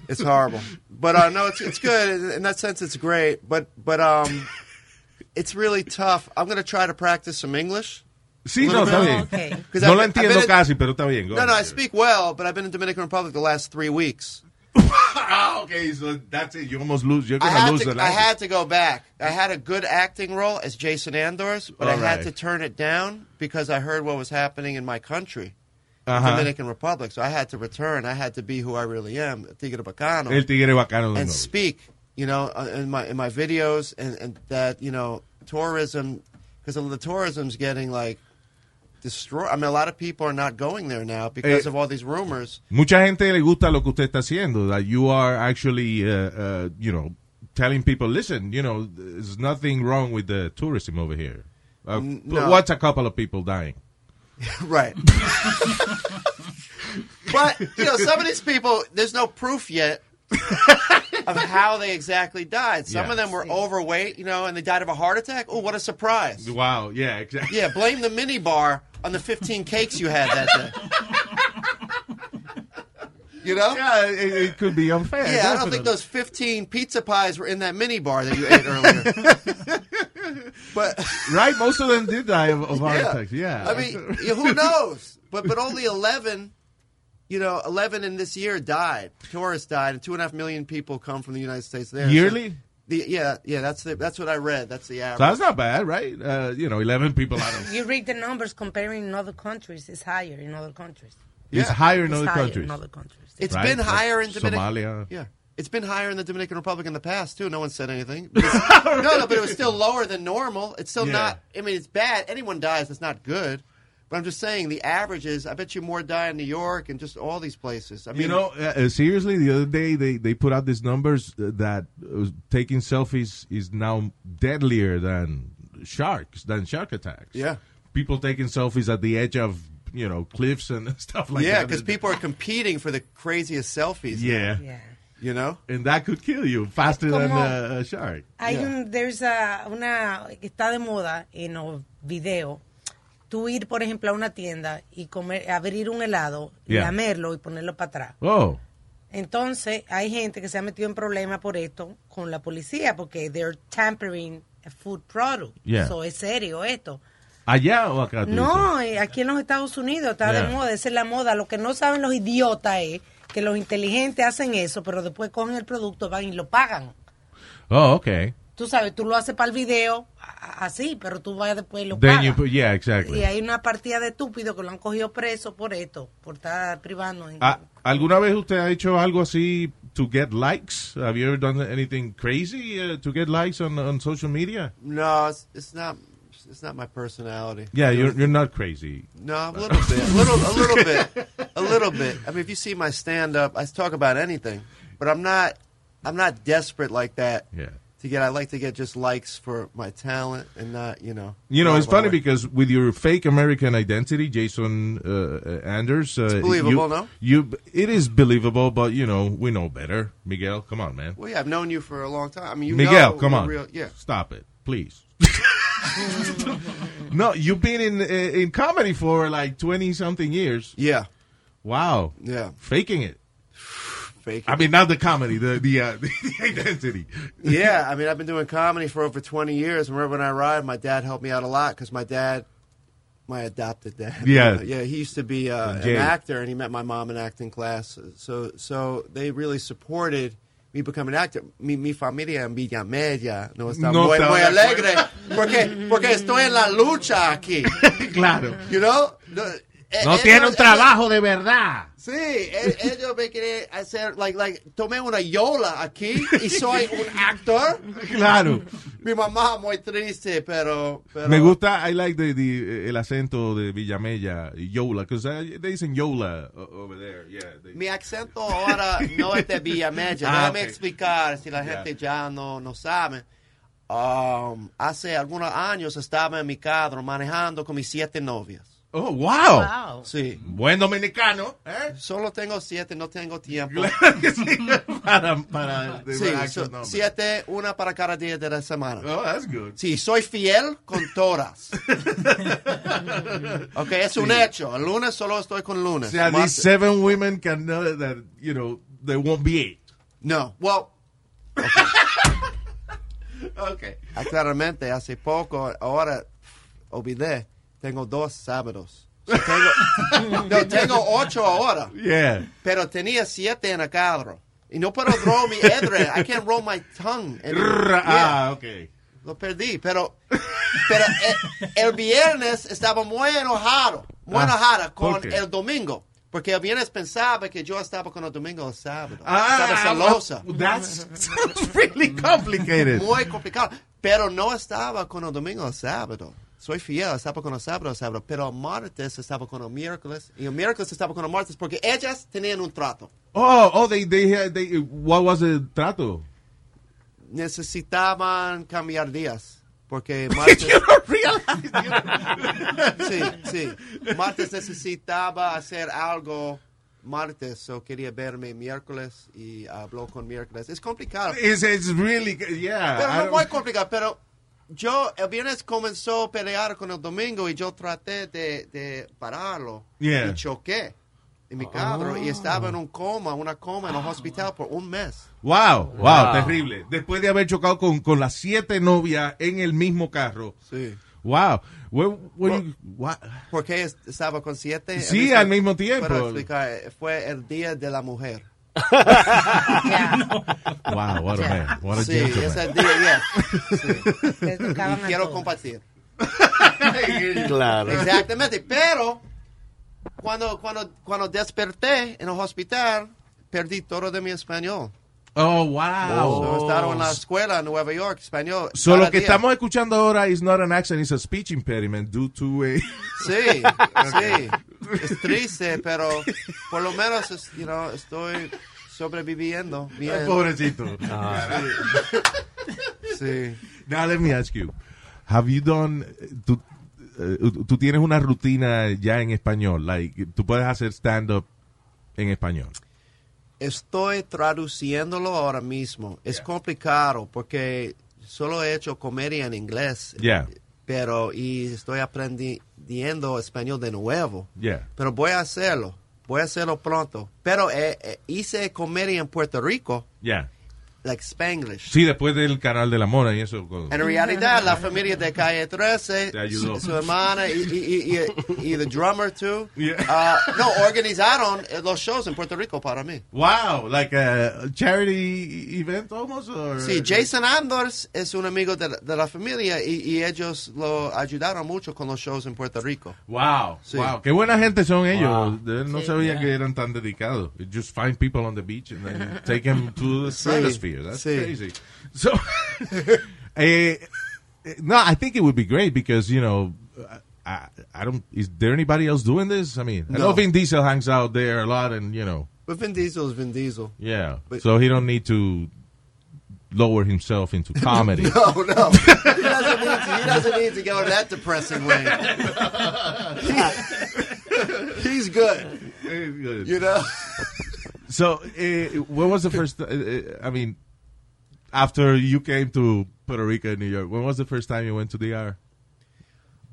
Speaker 7: it's horrible. But uh, no, it's, it's good. In that sense, it's great. But, but um, it's really tough. I'm going to try to practice some English.
Speaker 3: sí,
Speaker 7: Little
Speaker 3: no está
Speaker 7: bit.
Speaker 3: bien.
Speaker 4: Okay.
Speaker 7: 'Cause I've
Speaker 3: No lo
Speaker 7: been- I've been
Speaker 3: entiendo
Speaker 7: in-
Speaker 3: casi, pero está bien. go
Speaker 7: No, no, I
Speaker 3: ahead.
Speaker 7: speak well, but I've been in Dominican Republic the last three weeks.
Speaker 3: Ah, okay, so that's it. You almost lose. You're
Speaker 7: I
Speaker 3: gonna
Speaker 7: had,
Speaker 3: lose
Speaker 7: to,
Speaker 3: the
Speaker 7: I
Speaker 3: last.
Speaker 7: had to go back. I had a good acting role as Jason Andors, but I
Speaker 3: All
Speaker 7: had
Speaker 3: right.
Speaker 7: to turn it down because I heard what was happening in my country,
Speaker 3: Ajá.
Speaker 7: Dominican Republic. So I had to return. I had to be who I really am, Tigre Bacano,
Speaker 3: El tigre
Speaker 7: and
Speaker 3: bacano de nuevo.
Speaker 7: speak. You know, uh, in my in my videos, and, and that you know, tourism, because the tourism's getting like destroyed. I mean, a lot of people are not going there now because
Speaker 3: Eh,
Speaker 7: of all these rumors.
Speaker 3: Mucha gente le gusta lo que usted está haciendo. That you are actually, uh, uh, you know, telling people, listen, you know, there's nothing wrong with the tourism over here. Uh,
Speaker 7: Mm,
Speaker 3: but
Speaker 7: no.
Speaker 3: What's a couple of people dying?
Speaker 7: right. but you know, some of these people, there's no proof yet of how they exactly died. Some
Speaker 3: Yeah.
Speaker 7: of them were overweight, you know, and they died of a heart attack. Oh, what a surprise!
Speaker 3: Wow. Yeah. Exactly.
Speaker 7: Yeah, blame the mini bar on the 15 cakes you had that day. You know?
Speaker 3: Yeah, it, it could be unfair.
Speaker 7: Yeah, I don't think those 15 pizza pies were in that mini bar that you ate earlier. but
Speaker 3: Right, most of them did die of, of heart
Speaker 7: Yeah.
Speaker 3: attacks. Yeah.
Speaker 7: I mean, yeah, who knows? But but only eleven, you know, eleven in this year died. Tourists died, and two and a half million people come from the United States there So
Speaker 3: Yearly?
Speaker 7: the, yeah, yeah. That's the, that's what I read. That's the average.
Speaker 3: So that's not bad, right? Uh, you know, 11 people out of.
Speaker 4: You read the numbers comparing in other countries, it's higher in other countries.
Speaker 3: It's higher in
Speaker 4: It's
Speaker 3: other
Speaker 4: higher
Speaker 3: countries.
Speaker 4: in other countries.
Speaker 7: It's
Speaker 3: Right,
Speaker 7: been
Speaker 3: like
Speaker 7: higher in Dominican.
Speaker 3: Somalia.
Speaker 7: Yeah. It's been higher in the Dominican Republic in the past too. No one said anything. no, no, but it was still lower than normal. It's still
Speaker 3: Yeah.
Speaker 7: not. I mean, it's bad. Anyone dies. That's not good. But I'm just saying the averages. I bet you more die in New York and just all these places. I mean,
Speaker 3: You know, uh, uh, seriously, the other day they, they put out these numbers uh, that uh, taking selfies is now deadlier than sharks, than shark attacks.
Speaker 7: Yeah.
Speaker 3: People taking selfies at the edge of, you know, cliffs and stuff like
Speaker 7: yeah,
Speaker 3: that.
Speaker 7: because people are competing for the craziest selfies. now,
Speaker 3: Yeah.
Speaker 4: Yeah.
Speaker 7: you know.
Speaker 3: And that could kill you faster than
Speaker 4: Como-
Speaker 3: uh, a shark.
Speaker 4: Hay
Speaker 7: Yeah.
Speaker 4: un, there's a, una, que está de moda en los videos, tú ir, por ejemplo, a una tienda y comer, abrir un helado,
Speaker 3: Yeah.
Speaker 4: lamerlo y ponerlo para atrás.
Speaker 3: Oh.
Speaker 4: Entonces, hay gente que se ha metido en problemas por esto con la policía, porque they're tampering a food product.
Speaker 3: Yeah.
Speaker 4: So, es serio esto.
Speaker 3: Allá o acá. tú
Speaker 4: No, eh, aquí en los Estados Unidos está
Speaker 3: Yeah.
Speaker 4: de moda, esa es la moda. Lo que no saben los idiotas es que los inteligentes hacen eso, pero después cogen el producto, van y lo pagan.
Speaker 3: dices. Oh, okay.
Speaker 4: Tú sabes, tú lo haces para el video, a- a- así, pero tú vas después y lo
Speaker 3: Then you
Speaker 4: pagas.
Speaker 3: put- yeah, exactly.
Speaker 4: Y hay una partida de estúpidos que lo han cogido preso por esto, por estar privando. en-
Speaker 3: Ah, ¿Alguna vez usted ha hecho algo así to get likes? Have you ever done anything crazy uh, to get likes on, on social media?
Speaker 7: No, it's, it's not. It's not my personality.
Speaker 3: Yeah, you're, you're not crazy.
Speaker 7: No, a little bit, a little, a little bit, a little bit. I mean, if you see my stand-up, I talk about anything, but I'm not. I'm not desperate like that.
Speaker 3: Yeah.
Speaker 7: To get, I like to get just likes for my talent and not, you know.
Speaker 3: You know,
Speaker 7: not
Speaker 3: it's
Speaker 7: my
Speaker 3: funny
Speaker 7: work.
Speaker 3: because with your fake American identity, Jason uh, uh, Anders, uh,
Speaker 7: believable,
Speaker 3: you,
Speaker 7: no?
Speaker 3: You, it is believable, but you know we know better. Miguel, come on, man.
Speaker 7: Well, yeah, I've known you for a long time. I mean, you
Speaker 3: Miguel,
Speaker 7: know
Speaker 3: come
Speaker 7: you're
Speaker 3: on.
Speaker 7: real- yeah.
Speaker 3: Stop it, please. no, you've been in in comedy for like twenty something years.
Speaker 7: Yeah.
Speaker 3: Wow.
Speaker 7: Yeah.
Speaker 3: Faking it.
Speaker 7: Fake.
Speaker 3: I mean, not the comedy, the the, uh, the identity.
Speaker 7: yeah, I mean, I've been doing comedy for over 20 years. Remember when I arrived, my dad helped me out a lot because my dad, my adopted dad.
Speaker 3: Yeah.
Speaker 7: yeah, he used to be uh,
Speaker 3: Jay.
Speaker 7: an actor, and he met my mom in acting class. So, so they really supported me becoming an actor. Mi, mi familia en Villa Media no está
Speaker 3: No
Speaker 7: muy,
Speaker 3: está
Speaker 7: muy
Speaker 3: de
Speaker 7: alegre porque, porque estoy en la lucha aquí.
Speaker 3: claro.
Speaker 7: You know? No, eh, eh, eh,
Speaker 3: de verdad.
Speaker 7: Sí, e- ellos me quieren hacer, like, like, tomé una yola aquí y soy un actor.
Speaker 3: Claro.
Speaker 7: Mi mamá muy triste, pero... pero-
Speaker 3: Me gusta, I like the, the, el acento de Villamella, Yola, because they dicen Yola o- over there. Yeah, they-
Speaker 7: Mi acento ahora no es de Villamella.
Speaker 3: Ah,
Speaker 7: Déjame
Speaker 3: ok.
Speaker 7: explicar si la gente ya no, no sabe. Um, hace algunos años estaba en mi carro manejando con mis siete novias.
Speaker 3: Oh, wow.
Speaker 4: Wow.
Speaker 7: Sí.
Speaker 3: Buen dominicano. ¿eh?
Speaker 7: Solo tengo siete, no tengo tiempo.
Speaker 3: Claro que sí. para, para, the
Speaker 7: Sí,
Speaker 3: actual
Speaker 7: so-
Speaker 3: number.
Speaker 7: siete, una para cada día de la semana.
Speaker 3: Oh, that's good.
Speaker 7: Sí, soy fiel con todas. ok, es un hecho. El lunes solo estoy con lunes.
Speaker 3: O sea,
Speaker 7: Martes-
Speaker 3: these seven women can know that, you know, they won't be eight.
Speaker 7: No, well,
Speaker 3: Okay.
Speaker 7: ah, claramente hace poco, ahora olvidé, tengo dos sábados. So, tengo, no, tengo ocho ahora,
Speaker 3: Yeah.
Speaker 7: pero tenía siete en el carro. Y no puedo roll mi edre. I can't roll my tongue. anymore. Yeah.
Speaker 3: Ah, okay.
Speaker 7: Lo perdí, pero, pero el, el viernes estaba muy enojado, muy
Speaker 3: Ah,
Speaker 7: enojada
Speaker 3: ¿por
Speaker 7: con
Speaker 3: qué?
Speaker 7: el domingo. Porque el viernes pensaba que yo estaba con el domingo el sábado.
Speaker 3: Ah, oh,
Speaker 7: estaba celosa.
Speaker 3: That's sounds really complicated.
Speaker 7: Muy complicado. Pero no estaba con el domingo el sábado. soy fiel, estaba con los sábados, sábado, pero martes estaba con los miércoles y el miércoles estaba con los martes porque ellas tenían un trato.
Speaker 3: Oh, oh, they, they, had- they- what was el trato?
Speaker 7: Necesitaban cambiar días porque martes... sí, sí. Martes necesitaba hacer algo martes, so quería verme miércoles y habló con miércoles. Es complicado.
Speaker 3: It's, it's really, yeah. I
Speaker 7: Pero no
Speaker 3: don't-
Speaker 7: muy complicado, pero yo el viernes comenzó a pelear con el domingo y yo traté de, de pararlo
Speaker 3: Yeah.
Speaker 7: y choqué en mi carro y estaba en un coma, una coma en el hospital por un mes.
Speaker 3: Wow, wow,
Speaker 6: Wow.
Speaker 3: terrible. Después de haber chocado con, con las siete novias en el mismo carro.
Speaker 7: Sí.
Speaker 3: Wow. Where- where you- what?
Speaker 7: Porque es- estaba con siete.
Speaker 3: Sí,
Speaker 7: mismo-
Speaker 3: al mismo tiempo.
Speaker 7: Puedo explicar, eh, fue el día de la mujer.
Speaker 3: Wow, what a man. What a
Speaker 7: sí,
Speaker 3: gentleman.
Speaker 7: ese día, yes. Sí.
Speaker 4: Le
Speaker 7: Y
Speaker 4: tocaban a
Speaker 7: quiero
Speaker 4: todos.
Speaker 7: compartir.
Speaker 1: Claro.
Speaker 7: Exactamente, pero cuando, cuando, cuando desperté en el hospital, perdí todo de mi español.
Speaker 3: Oh, wow.
Speaker 7: So, estaba en la escuela en Nueva York, español.
Speaker 3: So, lo
Speaker 7: cada
Speaker 3: Oh. que
Speaker 7: día.
Speaker 3: estamos escuchando ahora is not an accent, it's a speech impediment due to a...
Speaker 7: Sí, sí. Es triste, pero por lo menos es- you know, estoy sobreviviendo. Bien.
Speaker 3: Pobrecito.
Speaker 7: Sí.
Speaker 3: Now let me ask you, have you done? Tú, eh, tú tienes una rutina ya en español, like tú puedes hacer stand up en español.
Speaker 7: Estoy traduciéndolo ahora mismo. Es complicado porque solo he hecho comedia en inglés.
Speaker 3: Yeah.
Speaker 7: Pero y estoy aprendiendo español de nuevo.
Speaker 3: Yeah.
Speaker 7: Pero voy a hacerlo. Voy a hacerlo pronto. Pero eh, eh, hice comedia en Puerto Rico,
Speaker 3: Yeah.
Speaker 7: like Spanglish.
Speaker 3: Sí, después del canal de la mona y eso. con-
Speaker 7: En realidad, la familia de Calle 13,
Speaker 3: Te ayudó.
Speaker 7: su, su hermana y, y, eh. y, y, y the drummer too,
Speaker 3: Yeah.
Speaker 7: ah, no, organizaron eh, los shows en Puerto Rico para mí.
Speaker 3: Wow, like a charity event almost. Or...
Speaker 7: Sí, Jason Anders es un amigo de la, de la familia y, y ellos lo ayudaron mucho con los shows en Puerto Rico.
Speaker 3: Wow,
Speaker 7: Sí.
Speaker 3: wow, qué buena gente son ellos.
Speaker 1: Wow.
Speaker 3: De- No
Speaker 5: Sí,
Speaker 3: sabía
Speaker 5: yeah.
Speaker 3: que eran tan dedicados. You just find people on the beach and then you take them to the stratosphere. That's
Speaker 7: sí.
Speaker 3: crazy. So, eh, eh, no, I think it would be great because you know, I, I, I don't. Is there anybody else doing this? I mean, I know
Speaker 7: No.
Speaker 3: Vin Diesel hangs out there a lot, and you know,
Speaker 7: But Pues Vin Diesel is Vin Diesel.
Speaker 3: yeah.
Speaker 7: But-
Speaker 3: so he don't need to lower himself into comedy.
Speaker 7: No, no. He doesn't need to, he doesn't need to go that depressing way. He's good, you know?
Speaker 3: So, eh, when was the first? eh, eh, I mean, after you came to Puerto Rico and New York, when was the first time you went to DR?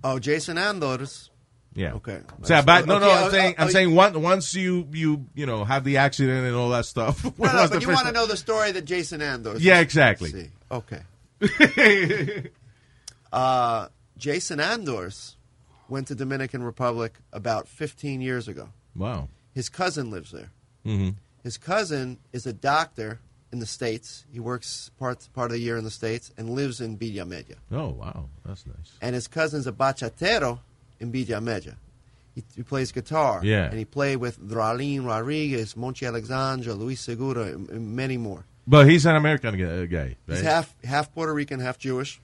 Speaker 7: Oh, Jason Anders.
Speaker 3: Yeah.
Speaker 7: Okay.
Speaker 3: O sea, but, no, no.
Speaker 7: Okay,
Speaker 3: I'm
Speaker 7: oh,
Speaker 3: saying,
Speaker 7: oh,
Speaker 3: I'm
Speaker 7: oh,
Speaker 3: saying, one, once you, you, you know, have the accident and all that stuff. When
Speaker 7: No, no,
Speaker 3: was
Speaker 7: but
Speaker 3: the
Speaker 7: you
Speaker 3: first
Speaker 7: want to
Speaker 3: time?
Speaker 7: know the story that Jason Anders.
Speaker 3: Yeah, exactly.
Speaker 7: See. Okay. uh, Jason Anders went to Dominican Republic about 15 years ago.
Speaker 3: Wow.
Speaker 7: His cousin lives there.
Speaker 3: Mhm.
Speaker 7: His cousin is a doctor in the states. He works part part of the year in the states and lives in Villa Media.
Speaker 3: Oh, wow. That's nice.
Speaker 7: And his cousin's a bachatero in Villa Media. He, he plays guitar.
Speaker 3: Yeah.
Speaker 7: And he played with Raulín Rodriguez, Monchi Alexandra, Luis Segura, and, and many more.
Speaker 3: But he's an American gu- guy, right?
Speaker 7: He's half half Puerto Rican, half Jewish.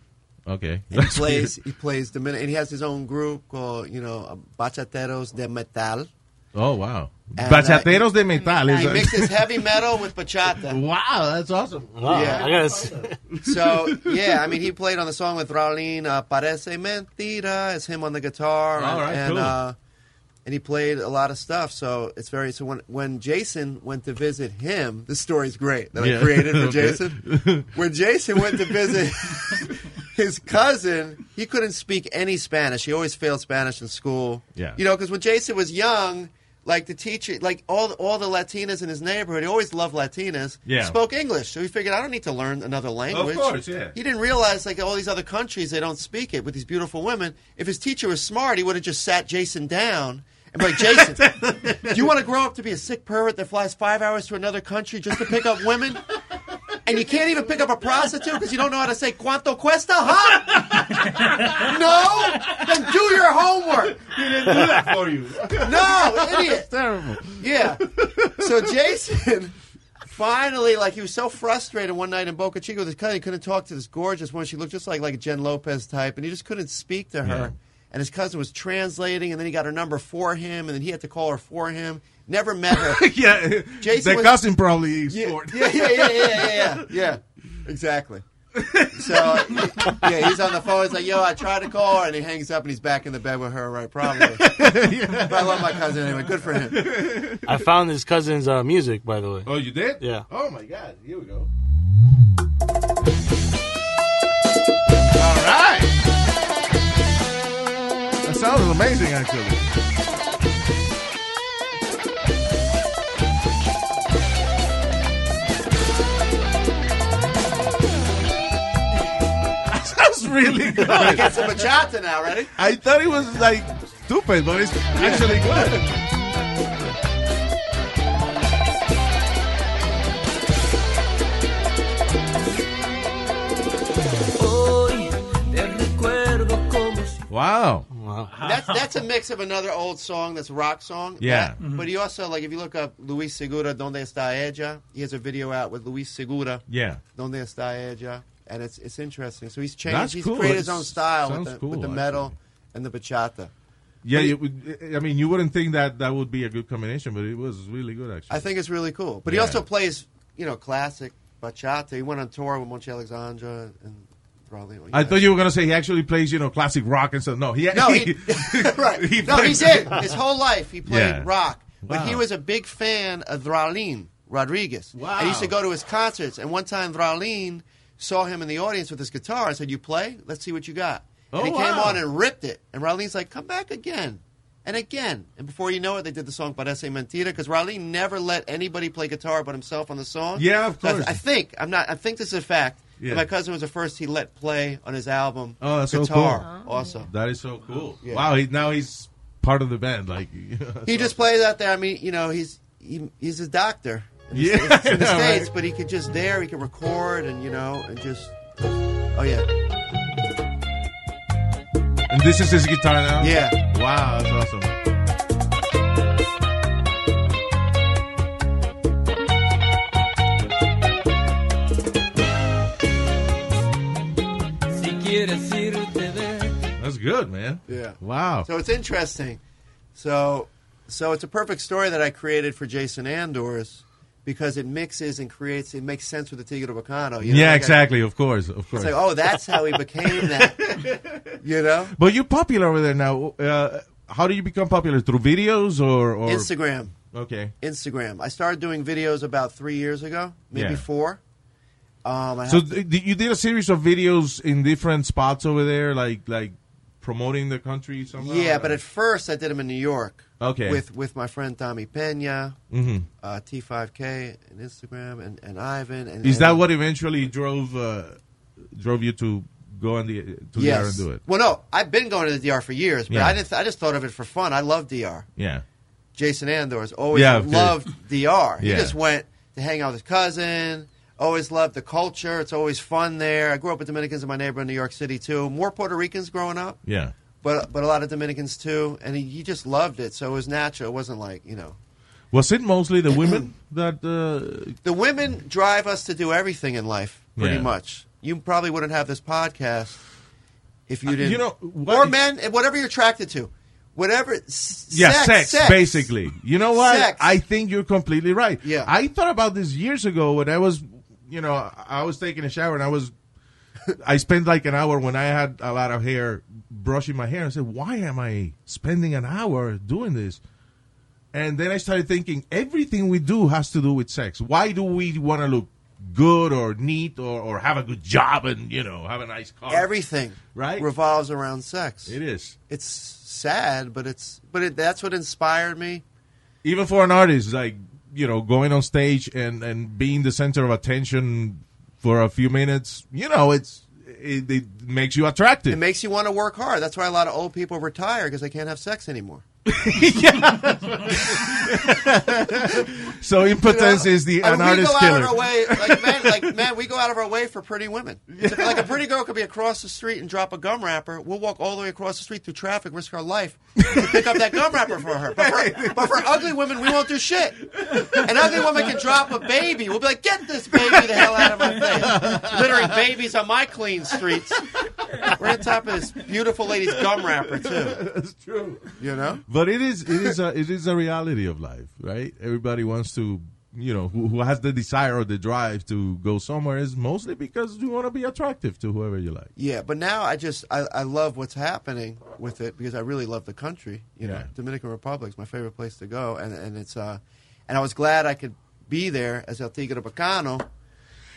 Speaker 3: okay.
Speaker 7: And he plays he plays Dominican. And he has his own group called you know uh, Bachateros de Metal.
Speaker 3: Oh, wow.
Speaker 7: And, uh,
Speaker 3: Bachateros de metal.
Speaker 7: He
Speaker 3: Is
Speaker 7: mixes heavy metal with bachata.
Speaker 3: wow, that's awesome.
Speaker 1: Wow,
Speaker 7: Yeah.
Speaker 1: I guess.
Speaker 7: So yeah, I mean he played on the song with Raulín uh, Parece Mentira. It's him on the guitar.
Speaker 3: All
Speaker 7: and,
Speaker 3: right,
Speaker 7: and,
Speaker 3: cool.
Speaker 7: uh, and he played a lot of stuff, so it's very. So when when Jason went to visit him, this story's great that
Speaker 3: Yeah.
Speaker 7: I created for
Speaker 3: Okay.
Speaker 7: Jason. when Jason went to visit his cousin, he couldn't speak any Spanish. He always failed Spanish in school.
Speaker 3: Yeah.
Speaker 7: you know, because when Jason was young. Like the teacher, like all all the Latinas in his neighborhood, he always loved Latinas.
Speaker 3: Yeah.
Speaker 7: spoke English, so he figured I don't need to learn another language.
Speaker 3: course, yeah.
Speaker 7: He didn't realize like all these other countries they don't speak it with these beautiful women. If his teacher was smart, he would have just sat Jason down and be like, Jason, do you want to grow up to be a sick pervert that flies five hours to another country just to pick up women? And you can't even pick up a prostitute because you don't know how to say cuánto cuesta, huh? no? Then do your homework.
Speaker 3: He didn't do that for you.
Speaker 7: No, idiot.
Speaker 3: Terrible.
Speaker 7: Yeah. So Jason finally, like he was so frustrated one night in Boca Chica with his cousin, he couldn't talk to this gorgeous woman. She looked just like like a Jen Lopez type, and he just couldn't speak to her. And his cousin was translating, and then he got her number for him, and then he had to call her for him. Never met her.
Speaker 3: yeah,
Speaker 7: Jason
Speaker 3: the
Speaker 7: was-
Speaker 3: cousin probably scored.
Speaker 7: yeah, yeah, yeah, yeah, yeah, yeah, exactly. So yeah, he's on the phone. He's like, "Yo, I tried to call her," and he hangs up, and he's back in the bed with her, right? Probably. But I love my cousin anyway. Good for him.
Speaker 1: I found his cousin's uh, music, by the way.
Speaker 3: Oh, you did?
Speaker 1: Yeah.
Speaker 3: Oh my God! Here we go. All right. That sounded amazing, actually. That's really
Speaker 7: I
Speaker 3: good.
Speaker 7: get some bachata now, ready?
Speaker 3: I thought it was like stupid, but it's actually good.
Speaker 8: Hoy te recuerdo como si
Speaker 3: Wow.
Speaker 7: That's that's a mix of another old song that's a rock song.
Speaker 3: Yeah.
Speaker 7: That- But he also like if you look up Luis Segura, Donde está ella? He has a video out with Luis Segura,
Speaker 3: Yeah.
Speaker 7: Donde está ella? And it's it's interesting. So he's changed.
Speaker 3: That's
Speaker 7: he's
Speaker 3: cool.
Speaker 7: created his
Speaker 3: That's-
Speaker 7: own style with
Speaker 3: sounds
Speaker 7: the,
Speaker 3: cool,
Speaker 7: with the metal and the bachata.
Speaker 3: Yeah, it would, I mean, you wouldn't think that that would be a good combination, but it was really good, actually.
Speaker 7: I think it's really cool. But he
Speaker 3: Yeah.
Speaker 7: also plays you know classic bachata. He went on tour with Monchi Alexandra and. Probably,
Speaker 3: I thought you were gonna say he actually plays, you know, classic rock and stuff. No, he
Speaker 7: No, he, right.
Speaker 3: he
Speaker 7: no,
Speaker 3: plays-
Speaker 7: he's in. His whole life he played
Speaker 3: Yeah.
Speaker 7: rock. But
Speaker 3: Wow.
Speaker 7: he was a big fan of Dralin Rodriguez.
Speaker 3: Wow.
Speaker 7: And he used to go to his concerts. And one time Dralin saw him in the audience with his guitar and said, You play? Let's see what you got.
Speaker 3: Oh,
Speaker 7: and he came
Speaker 3: wow.
Speaker 7: on and ripped it. And Ralin's like, Come back again. And again. And before you know it, they did the song Parece Mentira because Raulín never let anybody play guitar but himself on the song.
Speaker 3: Yeah, of
Speaker 7: So I-
Speaker 3: course.
Speaker 7: I, think. I'm not. I think this is a fact.
Speaker 3: Yeah.
Speaker 7: And my cousin was the first he let play on his album.
Speaker 3: Oh, that's so
Speaker 7: guitar Also.
Speaker 3: That is so cool.
Speaker 7: Yeah.
Speaker 3: Wow, he, now he's part of the band. Like
Speaker 7: He just plays out there. I mean, you know, he's he, he's a doctor in the,
Speaker 3: Yeah,
Speaker 7: States- in the
Speaker 3: I know, right?
Speaker 7: states, but he could just there. He could record and you know and just. Oh yeah,
Speaker 3: and this is his guitar now.
Speaker 7: Yeah.
Speaker 3: Wow, that's awesome.
Speaker 8: Si quieres irte, ve.
Speaker 3: That's good, man.
Speaker 7: Yeah.
Speaker 3: Wow.
Speaker 7: so it's interesting. So so it's a perfect story that I created for Jason Andors because it mixes and creates. It makes sense with the Tigre Bacano. You know?
Speaker 3: yeah,
Speaker 7: Like, I-
Speaker 3: exactly. Of course, of course.
Speaker 7: It's like, oh, that's how he became that. you know,
Speaker 3: But you're popular over there now. Uh, how do you become popular through videos or, or
Speaker 7: Instagram.
Speaker 3: Okay.
Speaker 7: Instagram. I started doing videos about three years ago, maybe
Speaker 3: Yeah.
Speaker 7: four. Um, I
Speaker 3: So
Speaker 7: have-
Speaker 3: th- you did a series of videos in different spots over there, like like promoting the country somehow.
Speaker 7: Yeah, but at first I did them in New York.
Speaker 3: Okay.
Speaker 7: With with my friend Tommy Pena,
Speaker 3: Mhm.
Speaker 7: uh, T5K, and Instagram, and, and Ivan. And,
Speaker 3: is
Speaker 7: and-
Speaker 3: that what eventually drove uh, drove you to go on the to
Speaker 7: Yes.
Speaker 3: there and do it?
Speaker 7: Well, no, I've been going to the DR for years, but
Speaker 3: Yeah.
Speaker 7: I didn't. I just thought of it for fun. I love DR.
Speaker 3: Yeah,
Speaker 7: Jason Andor's always
Speaker 3: Yeah, of
Speaker 7: loved DR. He
Speaker 3: Yeah.
Speaker 7: just went to hang out with his cousin. Always loved the culture. It's always fun there. I grew up with Dominicans in my neighborhood in New York City too. More Puerto Ricans growing up.
Speaker 3: yeah.
Speaker 7: But, but a lot of Dominicans too, and he, he just loved it. So it was natural. It wasn't like you know
Speaker 3: Was it mostly the women that? Uh,
Speaker 7: the women drive us to do everything in life, pretty
Speaker 3: Yeah.
Speaker 7: much. You probably wouldn't have this podcast if you
Speaker 3: Uh,
Speaker 7: didn't.
Speaker 3: you know, what-
Speaker 7: or men, whatever you're attracted to, whatever. s-
Speaker 3: yeah, sex,
Speaker 7: sex,
Speaker 3: basically. You know what?
Speaker 7: Sex.
Speaker 3: I think you're completely right.
Speaker 7: Yeah.
Speaker 3: I thought about this years ago when I was, you know, I was taking a shower and I was, I spent like an hour when I had a lot of hair brushing my hair. I said, why am I spending an hour doing this? And then I started thinking, everything we do has to do with sex. Why do we want to look good or neat or, or have a good job and, you know, have a nice car?
Speaker 7: Everything
Speaker 3: Right.
Speaker 7: revolves around sex.
Speaker 3: it is.
Speaker 7: It's sad, but it's but it, that's what inspired me.
Speaker 3: even for an artist, like you know, going on stage and and being the center of attention for a few minutes, you know, it's it, it makes you attractive.
Speaker 7: It makes you want to work hard. That's why a lot of old people retire because they can't have sex anymore.
Speaker 3: So impotence is the
Speaker 7: I mean,
Speaker 3: an artist
Speaker 7: we go out
Speaker 3: killer.
Speaker 7: of our way, like man, like man, we go out of our way for pretty women. If, like a pretty girl could be across the street and drop a gum wrapper. We'll walk all the way across the street through traffic, risk our life to pick up that gum wrapper for her. But for, but for ugly women, we won't do shit. An ugly woman can drop a baby. We'll be like, get this baby the hell out of my face. Littering babies on my clean streets. We're on top of this beautiful lady's gum wrapper too.
Speaker 3: That's true.
Speaker 7: You know.
Speaker 3: But it is it is a it is a reality of life, right? Everybody wants to, you know, who, who has the desire or the drive to go somewhere is mostly because you want to be attractive to whoever you like.
Speaker 7: Yeah, but now I just I, I love what's happening with it because I really love the country. You know,
Speaker 3: Yeah.
Speaker 7: Dominican Republic is my favorite place to go, and and it's uh, and I was glad I could be there as El Tigre Bacano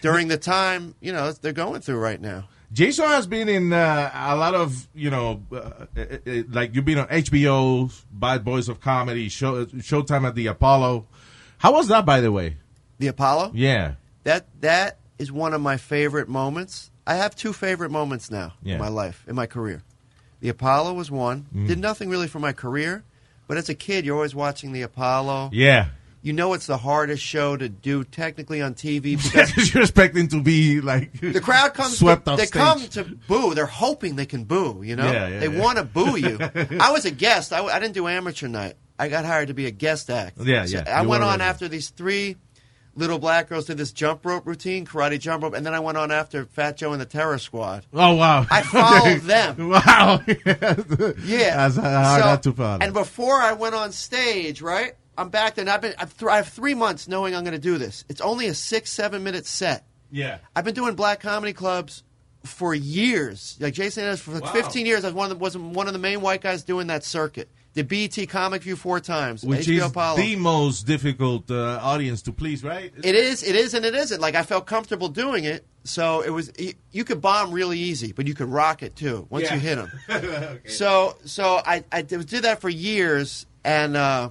Speaker 7: during the time you know they're going through right now.
Speaker 3: Jason has been in uh, a lot of, you know, uh, uh, uh, like you've been on HBO, Bad Boys of Comedy, show, uh, Showtime at the Apollo. How was that, by the way?
Speaker 7: The Apollo.
Speaker 3: Yeah.
Speaker 7: That that is one of my favorite moments. I have two favorite moments now
Speaker 3: Yeah. Mm.
Speaker 7: in my life, in my career. The Apollo was one. Did nothing really for my career, but as a kid, you're always watching the Apollo.
Speaker 3: Yeah.
Speaker 7: You know it's the hardest show to do technically on TV because
Speaker 3: You're expecting to be like
Speaker 7: The crowd comes.
Speaker 3: swept
Speaker 7: to,
Speaker 3: off
Speaker 7: they
Speaker 3: stage.
Speaker 7: come to boo. They're hoping they can boo. You know,
Speaker 3: Yeah, yeah,
Speaker 7: they
Speaker 3: yeah.
Speaker 7: want to boo you. I was a guest. I, w- I didn't do amateur night. I got hired to be a guest act.
Speaker 3: Yeah,
Speaker 7: So
Speaker 3: yeah.
Speaker 7: I
Speaker 3: You
Speaker 7: went
Speaker 3: were
Speaker 7: on
Speaker 3: already.
Speaker 7: after these three little black girls did this jump rope routine, karate jump rope, and then I went on after Fat Joe and the Terror Squad.
Speaker 3: Oh wow!
Speaker 7: I followed them.
Speaker 3: Wow.
Speaker 7: Yeah,
Speaker 3: That's hard
Speaker 7: So-
Speaker 3: not to follow.
Speaker 7: And before I went on stage, right? I'm back there. And I've been. I've th- I have three months knowing I'm going to do this. It's only a six, seven minute set.
Speaker 3: yeah.
Speaker 7: I've been doing black comedy clubs for years. Like Jason has for like
Speaker 3: Wow.
Speaker 7: 15 years. I was one of the, was one of the main white guys doing that circuit. The BT Comic View four times.
Speaker 3: Which
Speaker 7: HBO
Speaker 3: is
Speaker 7: Apollo.
Speaker 3: the most difficult uh, audience to please, right?
Speaker 7: It is, it is, and it isn't. Like I felt comfortable doing it, so it was. y- You could bomb really easy, but you could rock it too once
Speaker 3: Yeah.
Speaker 7: you hit them. So, so I, I did did that for years, and uh,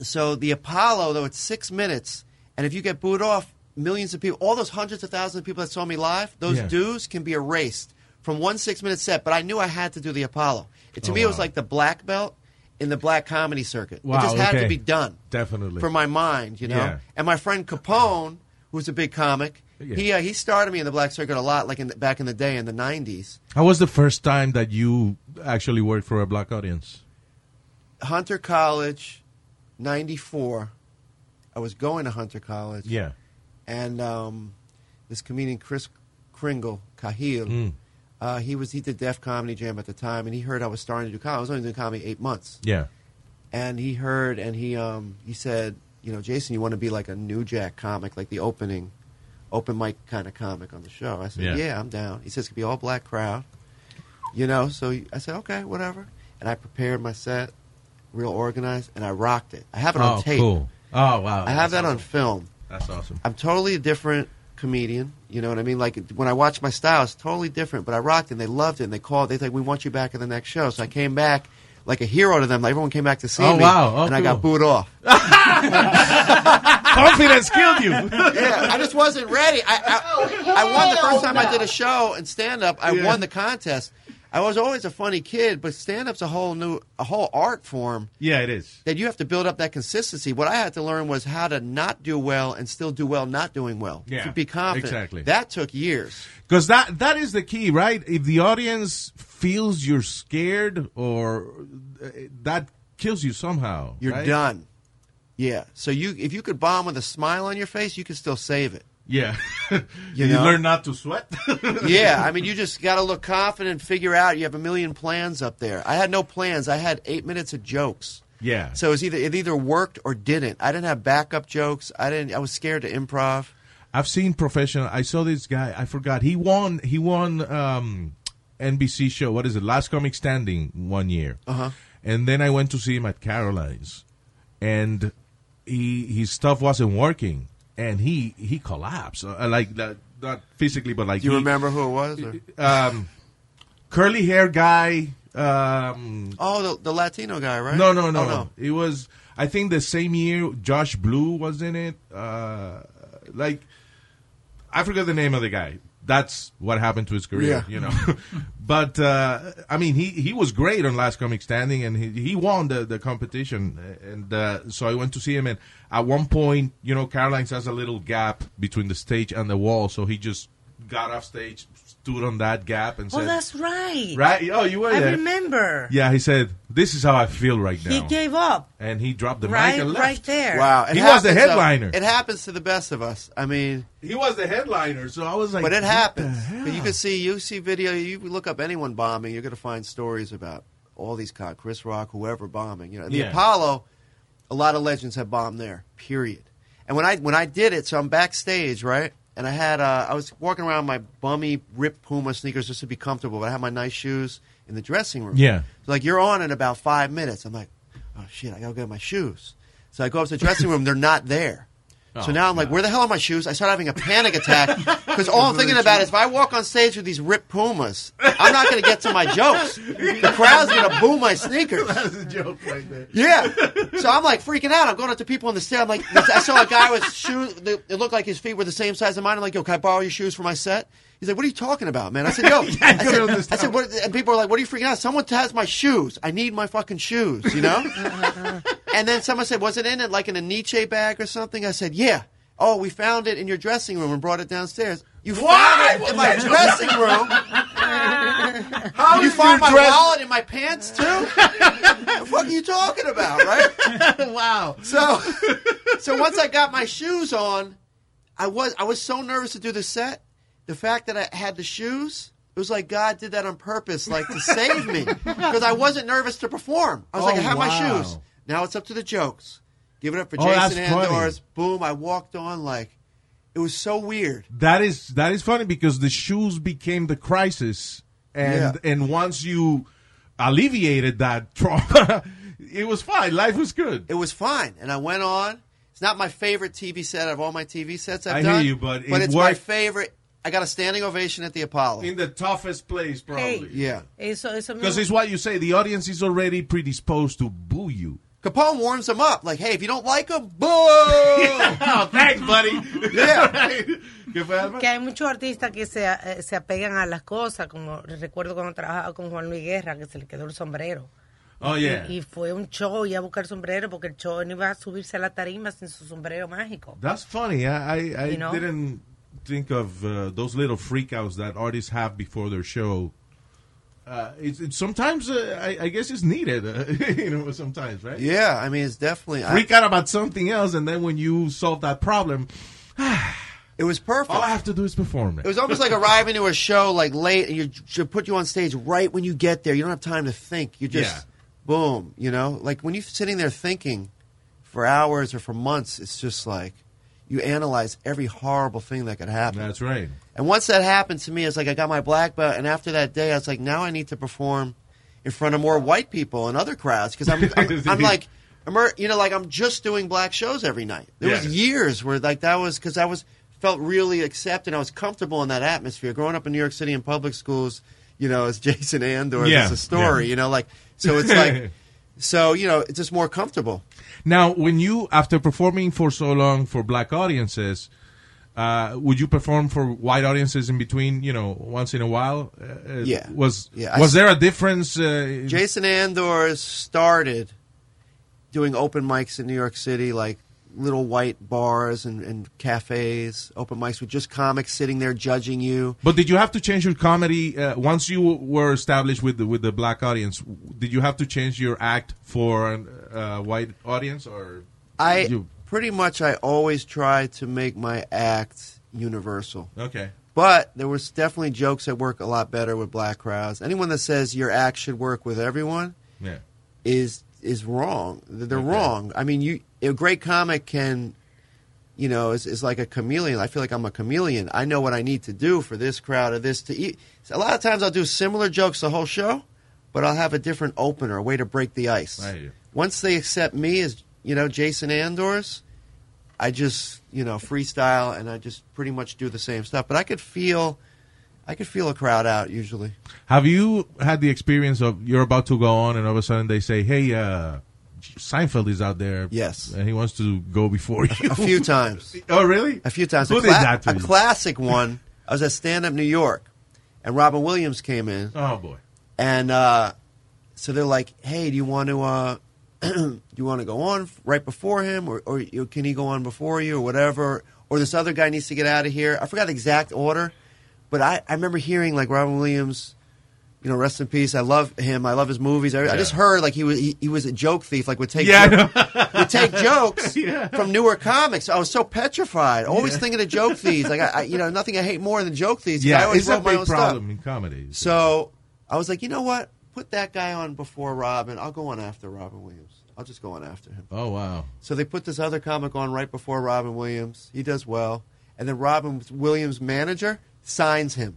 Speaker 7: so the Apollo, though it's six minutes, and if you get booed off, millions of people, all those hundreds of thousands of people that saw me live, those
Speaker 3: Yeah.
Speaker 7: dues can be erased from one six minute set. But I knew I had to do the Apollo. It, to
Speaker 3: Oh,
Speaker 7: me, it was
Speaker 3: wow.
Speaker 7: like the black belt in the black comedy circuit.
Speaker 3: Wow,
Speaker 7: it just had
Speaker 3: okay.
Speaker 7: to be done
Speaker 3: Definitely.
Speaker 7: for my mind, you know.
Speaker 3: Yeah.
Speaker 7: And my friend Capone, who's a big comic,
Speaker 3: Yeah.
Speaker 7: he uh, he started me in the black circuit a lot, like in the, back in the day in the '90s.
Speaker 3: How was the first time that you actually worked for a black audience?
Speaker 7: Hunter College, '94. I was going to Hunter College.
Speaker 3: Yeah.
Speaker 7: and um, this comedian Chris Kringle Cahill.
Speaker 3: Mm.
Speaker 7: Uh, he was he did deaf comedy jam at the time, and he heard I was starting to do comedy. I was only doing comedy eight months,
Speaker 3: Yeah.
Speaker 7: and he heard and he um, he said, you know, Jason, you want to be like a New Jack comic, like the opening, open mic kind of comic on the show. I said,
Speaker 3: Yeah.
Speaker 7: yeah, I'm down. He says it could be all black crowd, you know. So I said, okay, whatever. And I prepared my set, real organized, and I rocked it. I have it on
Speaker 3: oh,
Speaker 7: tape.
Speaker 3: cool. Oh, wow.
Speaker 7: I have
Speaker 3: That's
Speaker 7: that on
Speaker 3: awesome.
Speaker 7: film.
Speaker 3: That's awesome.
Speaker 7: I'm totally a different comedian. You know what I mean? Like when I watch my style, it's totally different. But I rocked and they loved it. And they called. They like, we want you back in the next show. So I came back like a hero to them. Like, everyone came back to see
Speaker 3: Oh,
Speaker 7: me.
Speaker 3: wow. Oh,
Speaker 7: and I got
Speaker 3: cool.
Speaker 7: booed off.
Speaker 3: Confidence killed you.
Speaker 7: yeah, I just wasn't ready. I, I, I won the first time I did a show and stand up. I won the contest. I was always a funny kid, but stand up's a whole new, a whole art form.
Speaker 3: yeah, it is.
Speaker 7: that you have to build up that consistency. What I had to learn was how to not do well and still do well, not doing well.
Speaker 3: Yeah,
Speaker 7: to be confident.
Speaker 3: exactly.
Speaker 7: That took years.
Speaker 3: Because that that is the key, right? If the audience feels you're scared or uh, that kills you somehow.
Speaker 7: You're
Speaker 3: right?
Speaker 7: done. Yeah. So you, if you could bomb with a smile on your face, you could still save it.
Speaker 3: Yeah.
Speaker 7: You
Speaker 3: You,
Speaker 7: know?
Speaker 3: learn not to sweat.
Speaker 7: yeah. I mean, you just got to look confident, figure out. You have a million plans up there. I had no plans. I had eight minutes of jokes.
Speaker 3: yeah.
Speaker 7: So it was either it either worked or didn't. I didn't have backup jokes. I didn't. I was scared to improv.
Speaker 3: I've seen professional. I saw this guy. I forgot. He won. He won um, NBC show. What is it? Last Comic Standing one year. Uh-huh. And then I went to see him at Caroline's, and he his stuff wasn't working, and he he collapsed. Uh, like uh, not physically, but like
Speaker 7: Do you
Speaker 3: he-
Speaker 7: remember who it was? Or?
Speaker 3: Um, curly hair guy. Um,
Speaker 7: Oh, the, the Latino guy, right?
Speaker 3: no, no, no,
Speaker 7: Oh,
Speaker 3: no. It was, I think, the same year Josh Blue was in it. Uh, like, I forgot the name of the guy. that's what happened to his career,
Speaker 10: Yeah.
Speaker 3: you know. but uh, I mean, he, he was great on Last Comic Standing, and he, he won the, the competition. And uh, so I went to see him, and at one point, you know, Caroline's has a little gap between the stage and the wall, so he just got off stage, stood on that gap, and
Speaker 4: Oh,
Speaker 3: said,
Speaker 4: that's right.
Speaker 3: Right? Oh, you were
Speaker 4: I
Speaker 3: there.
Speaker 4: remember.
Speaker 3: "Yeah," he said, "This is how I feel right now."
Speaker 4: He gave up.
Speaker 3: and he dropped the
Speaker 4: Right-
Speaker 3: mic and left.
Speaker 4: right there.
Speaker 7: Wow, it
Speaker 3: he was
Speaker 7: happens,
Speaker 3: the
Speaker 7: though.
Speaker 3: headliner.
Speaker 7: It happens to the best of us. I mean,
Speaker 3: he was the headliner, so I was like,
Speaker 7: but
Speaker 3: "What
Speaker 7: it
Speaker 3: the
Speaker 7: happens.
Speaker 3: hell?"
Speaker 7: But you can see, you see video, you look up anyone bombing, you're going to find stories about all these cops, Chris Rock, whoever bombing. You know, the
Speaker 11: Yeah.
Speaker 7: Apollo, a lot of legends have bombed there. Period. And when I when I did it, so I'm backstage, right? And I had uh, I was walking around in my bummy ripped Puma sneakers just to be comfortable, but I had my nice shoes in the dressing room.
Speaker 3: Yeah.
Speaker 7: So, like you're on in about five minutes. I'm like, oh shit, I gotta get my shoes. So I go up to the dressing room, they're not there.
Speaker 11: Oh,
Speaker 7: so now I'm like, where the hell are my shoes? I start having a panic attack because all I'm thinking about is if I walk on stage with these ripped Pumas, I'm not going to get to my jokes. The crowd's going to boo my sneakers.
Speaker 3: That's a joke right there.
Speaker 7: Yeah. So I'm like freaking out. I'm going up to people on the stair. I'm like, I saw a guy with shoes. the- It looked like his feet were the same size as mine. I'm like, yo, can I borrow your shoes for my set? He's like, what are you talking about, man? I said, yo. I
Speaker 11: go
Speaker 7: said,
Speaker 11: to the
Speaker 7: I said what, and people are like, what are you freaking out? Someone has my shoes. I need my fucking shoes, you know? and then someone said, was it in it like in a Nietzsche bag or something? I said, yeah. Oh, we found it in your dressing room and brought it downstairs. You found it in my dressing room? Did you
Speaker 11: is your
Speaker 7: find my
Speaker 11: dress-
Speaker 7: wallet in my pants too? what the fuck are you talking about, right? wow. So, so once I got my shoes on, I was I was so nervous to do the set. The fact that I had the shoes, it was like God did that on purpose, like to save me, because I wasn't nervous to perform. I was like, I
Speaker 11: Oh,
Speaker 7: have
Speaker 11: wow.
Speaker 7: my shoes. Now it's up to the jokes. Give it up for
Speaker 3: Oh, that's
Speaker 7: Jason
Speaker 3: funny.
Speaker 7: Andors. Boom! I walked on like it was so weird.
Speaker 3: That is that is funny because the shoes became the crisis, and and once you alleviated that trauma, it was fine. Life was good.
Speaker 7: It was fine, and I went on. It's not my favorite TV set of all my TV sets I've
Speaker 3: I hear
Speaker 7: done.
Speaker 3: you, but it
Speaker 7: it's my
Speaker 3: worked-
Speaker 7: favorite. I got a standing ovation at the Apollo.
Speaker 3: In the toughest place,
Speaker 4: Hey.
Speaker 7: Yeah.
Speaker 4: Eso, eso mismo.
Speaker 3: Because it's what you say. The audience is already predisposed to boo you.
Speaker 7: Capone warms them up. Like, hey, if you don't like them, boo! oh,
Speaker 3: thanks, buddy.
Speaker 7: Yeah.
Speaker 4: que hay muchos artistas que se, eh, se apegan a las cosas, como recuerdo cuando trabajaba con Juan Luis Guerra, que se le quedó el sombrero.
Speaker 3: Oh, yeah.
Speaker 4: Y, y fue un show y a buscar sombrero porque el show no iba a subirse a la tarima sin su sombrero mágico.
Speaker 3: That's funny. I I, I
Speaker 4: You know?
Speaker 3: didn't think of uh, those little freakouts that artists have before their show. Uh, it's, it's sometimes uh, I, I guess it's needed. uh, you know, sometimes, right?
Speaker 7: Yeah, I mean, it's definitely
Speaker 3: freak out about something else, and then when you solve that problem,
Speaker 7: it was perfect.
Speaker 3: All Oh, I have to do is perform it.
Speaker 7: It was almost like arriving to a show like late, and you should put you on stage right when you get there. You don't have time to think. You just
Speaker 3: Yeah.
Speaker 7: boom. You know, like when you're sitting there thinking for hours or for months, it's just like you analyze every horrible thing that could happen.
Speaker 3: That's right.
Speaker 7: And once that happened to me, it's like I got my black belt, and after that day, I was like, now I need to perform in front of more white people and other crowds because I'm, I'm, I'm like, immer- you know, like I'm just doing black shows every night. There was
Speaker 11: Yeah.
Speaker 7: years where like that was because I was felt really accepted. I was comfortable in that atmosphere. Growing up in New York City in public schools, you know, as Jason Andor,
Speaker 3: Yeah,
Speaker 7: it's a story.
Speaker 3: yeah.
Speaker 7: You know, like so it's like so you know it's just more comfortable.
Speaker 3: Now, when you after performing for so long for black audiences, uh, would you perform for white audiences in between? You know, once in a while. Uh,
Speaker 7: Yeah.
Speaker 3: Was
Speaker 7: Yeah, I
Speaker 3: was
Speaker 7: s-
Speaker 3: there a difference? Uh,
Speaker 7: Jason Andor started doing open mics in New York City, like little white bars and, and cafes, open mics with just comics sitting there judging you.
Speaker 3: But did you have to change your comedy uh, once you were established with the, with the black audience? Did you have to change your act for an uh, white audience or?
Speaker 7: I
Speaker 3: you-
Speaker 7: pretty much I always try to make my act universal.
Speaker 3: Okay.
Speaker 7: But there was definitely jokes that work a lot better with black crowds. Anyone that says your act should work with everyone,
Speaker 3: Yeah.
Speaker 7: is is wrong. They're wrong. I mean, you a great comic can, you know, is, is like a chameleon. I feel like I'm a chameleon. I know what I need to do for this crowd or this to eat. So a lot of times I'll do similar jokes the whole show, but I'll have a different opener, a way to break the ice.
Speaker 3: I hear you.
Speaker 7: Once they accept me as you know Jason Andors, I just you know freestyle and I just pretty much do the same stuff. But I could feel, I could feel a crowd out usually.
Speaker 3: Have you had the experience of you're about to go on and all of a sudden they say, "Hey, uh, Seinfeld is out there."
Speaker 7: Yes.
Speaker 3: And he wants to go before you.
Speaker 7: A few times.
Speaker 3: Oh, really?
Speaker 7: A few times.
Speaker 3: Who
Speaker 7: a,
Speaker 3: did that to
Speaker 7: a
Speaker 3: you?
Speaker 7: classic one I was at Stand Up New York, and Robin Williams came in.
Speaker 3: Oh boy!
Speaker 7: And uh, so they're like, "Hey, do you want to uh, do you want to go on f- right before him, or, or you, can he go on before you, or whatever? Or this other guy needs to get out of here." I forgot the exact order, but I, I remember hearing like Robin Williams. You know, rest in peace. I love him. I love his movies. I, I just heard like he was he, he was a joke thief. Like would take
Speaker 10: Yeah, I
Speaker 7: would take jokes from newer comics. I was so petrified, always thinking of joke thieves. Like I, I, you know, nothing I hate more than joke thieves. 'cause I
Speaker 3: Yeah,
Speaker 7: always
Speaker 3: it's a
Speaker 7: wrote my
Speaker 3: big
Speaker 7: own
Speaker 3: problem
Speaker 7: stuff.
Speaker 3: in comedy.
Speaker 7: So I was like, you know what? Put that guy on before Robin. I'll go on after Robin Williams. I'll just go on after him.
Speaker 3: Oh wow!
Speaker 7: So they put this other comic on right before Robin Williams. He does well, and then Robin Williams' manager signs him.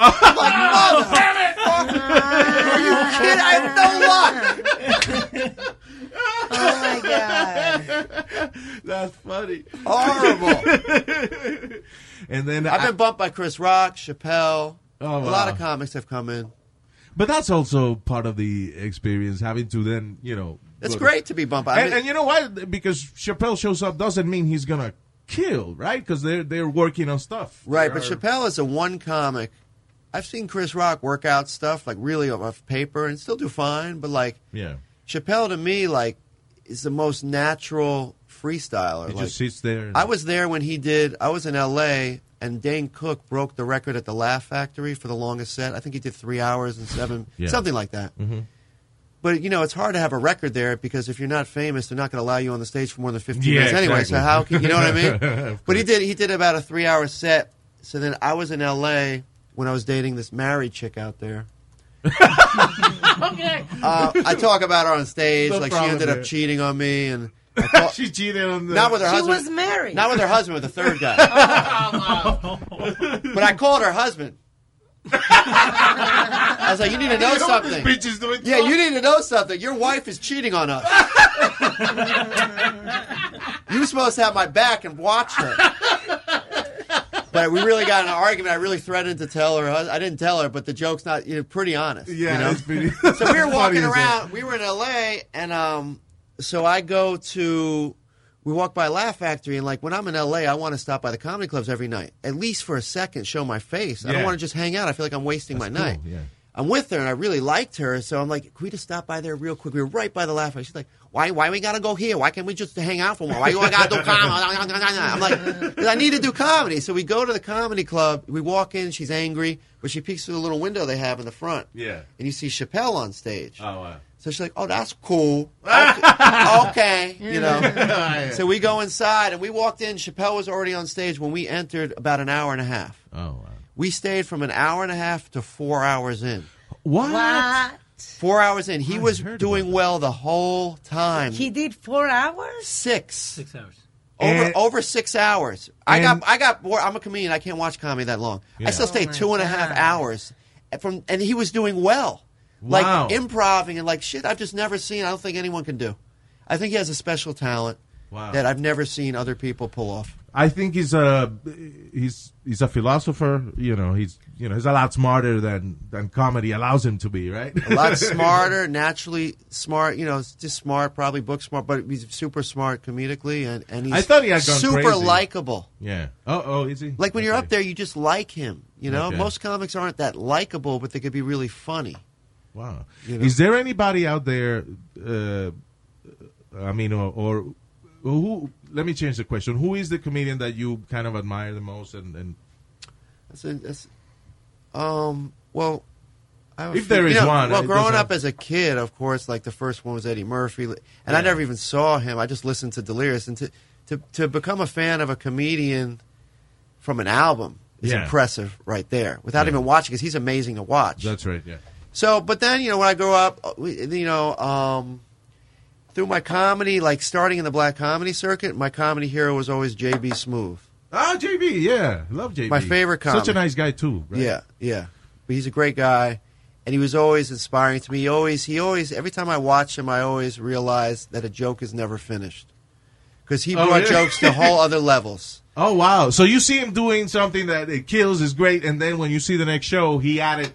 Speaker 3: Oh,
Speaker 7: I'm like, motherfucker! Are you kidding? I have no luck.
Speaker 4: Oh my god.
Speaker 3: That's funny.
Speaker 7: Horrible.
Speaker 3: and then
Speaker 7: I've
Speaker 3: I-
Speaker 7: been bumped by Chris Rock, Chappelle. a
Speaker 3: Oh,
Speaker 7: lot
Speaker 3: wow.
Speaker 7: of comics have come in.
Speaker 3: But that's also part of the experience, having to then, you know.
Speaker 7: It's
Speaker 3: go
Speaker 7: great to be bumped. I
Speaker 3: And,
Speaker 7: mean-
Speaker 3: and you know what? Because Chappelle shows up doesn't mean he's gonna kill, right? Because they're they're working on stuff,
Speaker 7: Right, but
Speaker 3: They are-
Speaker 7: Chappelle is a one comic. I've seen Chris Rock work out stuff like really off paper and still do fine, but like
Speaker 3: Yeah,
Speaker 7: Chappelle to me like is the most natural freestyler.
Speaker 3: he
Speaker 7: Like,
Speaker 3: just sits there. and-
Speaker 7: I was there when he did. I was in L.A. and Dane Cook broke the record at the Laugh Factory for the longest set. I think he did three hours and seven,
Speaker 3: Yeah.
Speaker 7: something like that.
Speaker 3: Mhm.
Speaker 7: But you know, it's hard to have a record there because if you're not famous, they're not going to allow you on the stage for more than 15
Speaker 3: Yeah,
Speaker 7: minutes anyway.
Speaker 3: exactly.
Speaker 7: So how can you know what I mean?
Speaker 3: Of
Speaker 7: but he did. He did about a three-hour set. So then I was in L.A. when I was dating this married chick out there.
Speaker 1: okay.
Speaker 7: Uh, I talk about her on stage.
Speaker 1: No
Speaker 7: like she
Speaker 1: problem
Speaker 7: ended
Speaker 1: there.
Speaker 7: up cheating on me, and
Speaker 3: she cheated on the
Speaker 7: not with her
Speaker 4: She
Speaker 7: husband.
Speaker 4: was married.
Speaker 7: Not with her husband, with the third guy.
Speaker 3: Oh,
Speaker 7: but I called her husband. I was like, you need to know
Speaker 3: You know what this
Speaker 7: something.
Speaker 3: bitch is doing to
Speaker 7: yeah,
Speaker 3: us?
Speaker 7: you need to know something. Your wife is cheating on us. you were supposed to have my back and watch her. But we really got in an argument. I really threatened to tell her. hus- I didn't tell her, but the joke's not. You're pretty honest.
Speaker 3: Yeah,
Speaker 7: you know?
Speaker 3: it's pretty-
Speaker 7: so we were
Speaker 3: funny
Speaker 7: walking
Speaker 3: as hell.
Speaker 7: around. We were in L.A. and um, so I go to we walk by Laugh Factory and like when I'm in L.A. I want to stop by the comedy clubs every night at least for a second, show my face. I don't
Speaker 3: Yeah.
Speaker 7: want to just hang out. I feel like I'm wasting my
Speaker 3: Cool,
Speaker 7: night.
Speaker 3: Yeah.
Speaker 7: I'm with her and I really liked her, so I'm like, can we just stop by there real quick? We were right by the Laugh Factory. She's like, why? Why we gotta go here? Why can't we just hang out for a while? Why you gotta do comedy? I'm like, 'Cause I need to do comedy. So we go to the comedy club. We walk in. She's angry, but she peeks through the little window they have in the front.
Speaker 3: Yeah.
Speaker 7: And you see Chappelle on stage.
Speaker 3: Oh wow.
Speaker 7: So she's like, "Oh, that's cool. Okay, okay, you know."
Speaker 3: Yeah.
Speaker 7: so we go inside, and we walked in. Chappelle was already on stage when we entered, about an hour and a half.
Speaker 3: Oh wow.
Speaker 7: We stayed from an hour and a half to four hours in.
Speaker 3: What?
Speaker 7: Four hours in, he was doing well the whole time.
Speaker 4: He did four hours?
Speaker 7: Six. Six
Speaker 5: hours.
Speaker 7: Over
Speaker 3: And-
Speaker 7: over six hours. I got
Speaker 3: And-
Speaker 7: I got bored. I'm a comedian. I can't watch comedy that long.
Speaker 3: Yeah.
Speaker 7: I still
Speaker 3: Oh
Speaker 7: stayed
Speaker 3: my
Speaker 7: two and a half hours. And From and he was doing well,
Speaker 3: Wow.
Speaker 7: like improving and like shit I've just never seen. I don't think anyone can do. I think he has a special talent
Speaker 3: Wow.
Speaker 7: that I've never seen other people pull off.
Speaker 3: I think he's a he's he's a philosopher. You know, he's you know he's a lot smarter than than comedy allows him to be, right?
Speaker 7: A lot smarter, naturally smart. You know, just smart, probably book smart, but he's super smart comedically, and and he's
Speaker 3: I thought he had gone
Speaker 7: super
Speaker 3: crazy.
Speaker 7: likable.
Speaker 3: yeah. Oh oh, is he?
Speaker 7: Like when you're up there, you just like him. You know,
Speaker 3: Okay.
Speaker 7: most comics aren't that likable, but they could be really funny.
Speaker 3: Wow.
Speaker 7: You know?
Speaker 3: Is there anybody out there? Uh, I mean, or, or who? Let me change the question. Who is the comedian that you kind of admire the most? And, and
Speaker 7: That's, a, that's um. Well, I have a
Speaker 3: If
Speaker 7: few-
Speaker 3: there is
Speaker 7: you know,
Speaker 3: one,
Speaker 7: well,
Speaker 3: it
Speaker 7: growing
Speaker 3: doesn't-
Speaker 7: up as a kid, of course, like the first one was Eddie Murphy, and I never even saw him. I just listened to Delirious, and to to to become a fan of a comedian from an album is
Speaker 3: Yeah.
Speaker 7: impressive, right there. Without
Speaker 3: Yeah.
Speaker 7: even watching, because he's amazing to watch.
Speaker 3: that's right. Yeah.
Speaker 7: So, but then you know, when I grew up, uh, we- you know, um, through my comedy, like starting in the black comedy circuit, my comedy hero was always JB Smooth.
Speaker 3: Ah, JB. Yeah, love JB.
Speaker 7: My favorite comic.
Speaker 3: Such a nice guy too. Right?
Speaker 7: Yeah, yeah. But he's a great guy, and he was always inspiring to me. He always, he always, every time I watch him, I always realize that a joke is never finished because he
Speaker 3: Oh,
Speaker 7: brought
Speaker 3: yeah?
Speaker 7: jokes to whole other levels.
Speaker 3: Oh wow! So you see him doing something that it kills is great, and then when you see the next show, he added,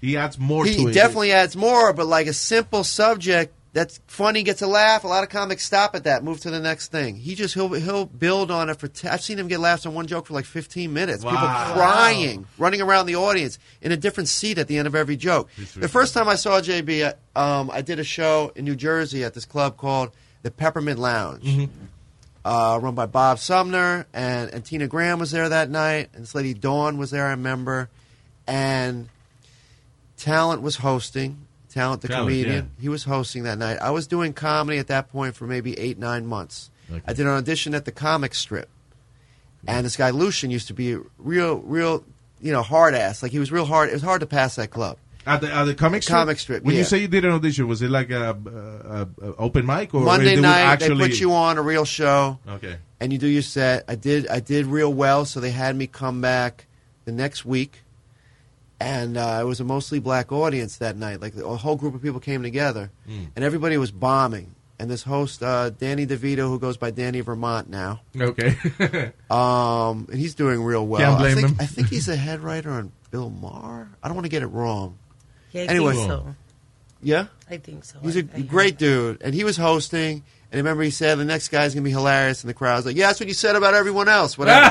Speaker 3: he adds more
Speaker 7: He
Speaker 3: to it.
Speaker 7: definitely adds more, but like a simple subject that's funny, gets a laugh. A lot of comics stop at that, move to the next thing. He just he'll he'll build on it for. T- I've seen him get laughs on one joke for like 15 minutes.
Speaker 10: Wow.
Speaker 7: People crying, running around the audience in a different seat at the end of every joke. The first time I saw JB, I- um, I did a show in New Jersey at this club called the Peppermint Lounge uh, run by Bob Sumner, and, and Tina Graham was there that night, and this lady Dawn was there, I remember, and Talent was hosting. Talent, the
Speaker 11: Talent,
Speaker 7: comedian, he was hosting that night. I was doing comedy at that point for maybe eight, nine months.
Speaker 11: Okay.
Speaker 7: I did an audition at the Comic Strip, and this guy Lucian used to be a real, real, you know, hard ass. Like he was real hard. It was hard to pass that club.
Speaker 3: At the, at the comic strip?
Speaker 7: Comic strip,
Speaker 3: When you
Speaker 7: yeah.
Speaker 3: say you did an audition, was it like a, a, a- a open mic or
Speaker 7: Monday
Speaker 3: they would
Speaker 7: night
Speaker 3: actually
Speaker 7: they put you on a real show.
Speaker 3: Okay.
Speaker 7: And you do your set. I did I did real well, so they had me come back the next week. And uh, it was a mostly black audience that night. Like a whole group of people came together,
Speaker 3: Hmm.
Speaker 11: Mm.
Speaker 7: and everybody was bombing. And this host, uh, Danny DeVito, who goes by Danny Vermont now,
Speaker 3: Okay.
Speaker 7: um, and he's doing real well.
Speaker 3: Can't blame
Speaker 7: I think,
Speaker 3: him.
Speaker 7: I think he's a head writer on Bill Maher. I don't want to get it wrong.
Speaker 4: Yeah, I
Speaker 7: anyway,
Speaker 4: think so.
Speaker 7: yeah,
Speaker 4: I think so.
Speaker 7: He's
Speaker 4: Oh, I-
Speaker 7: a great dude, and he was hosting. And I remember he said, "The next guy's gonna be hilarious," and the crowd's like, "Yeah, that's what you said about everyone else." Whatever.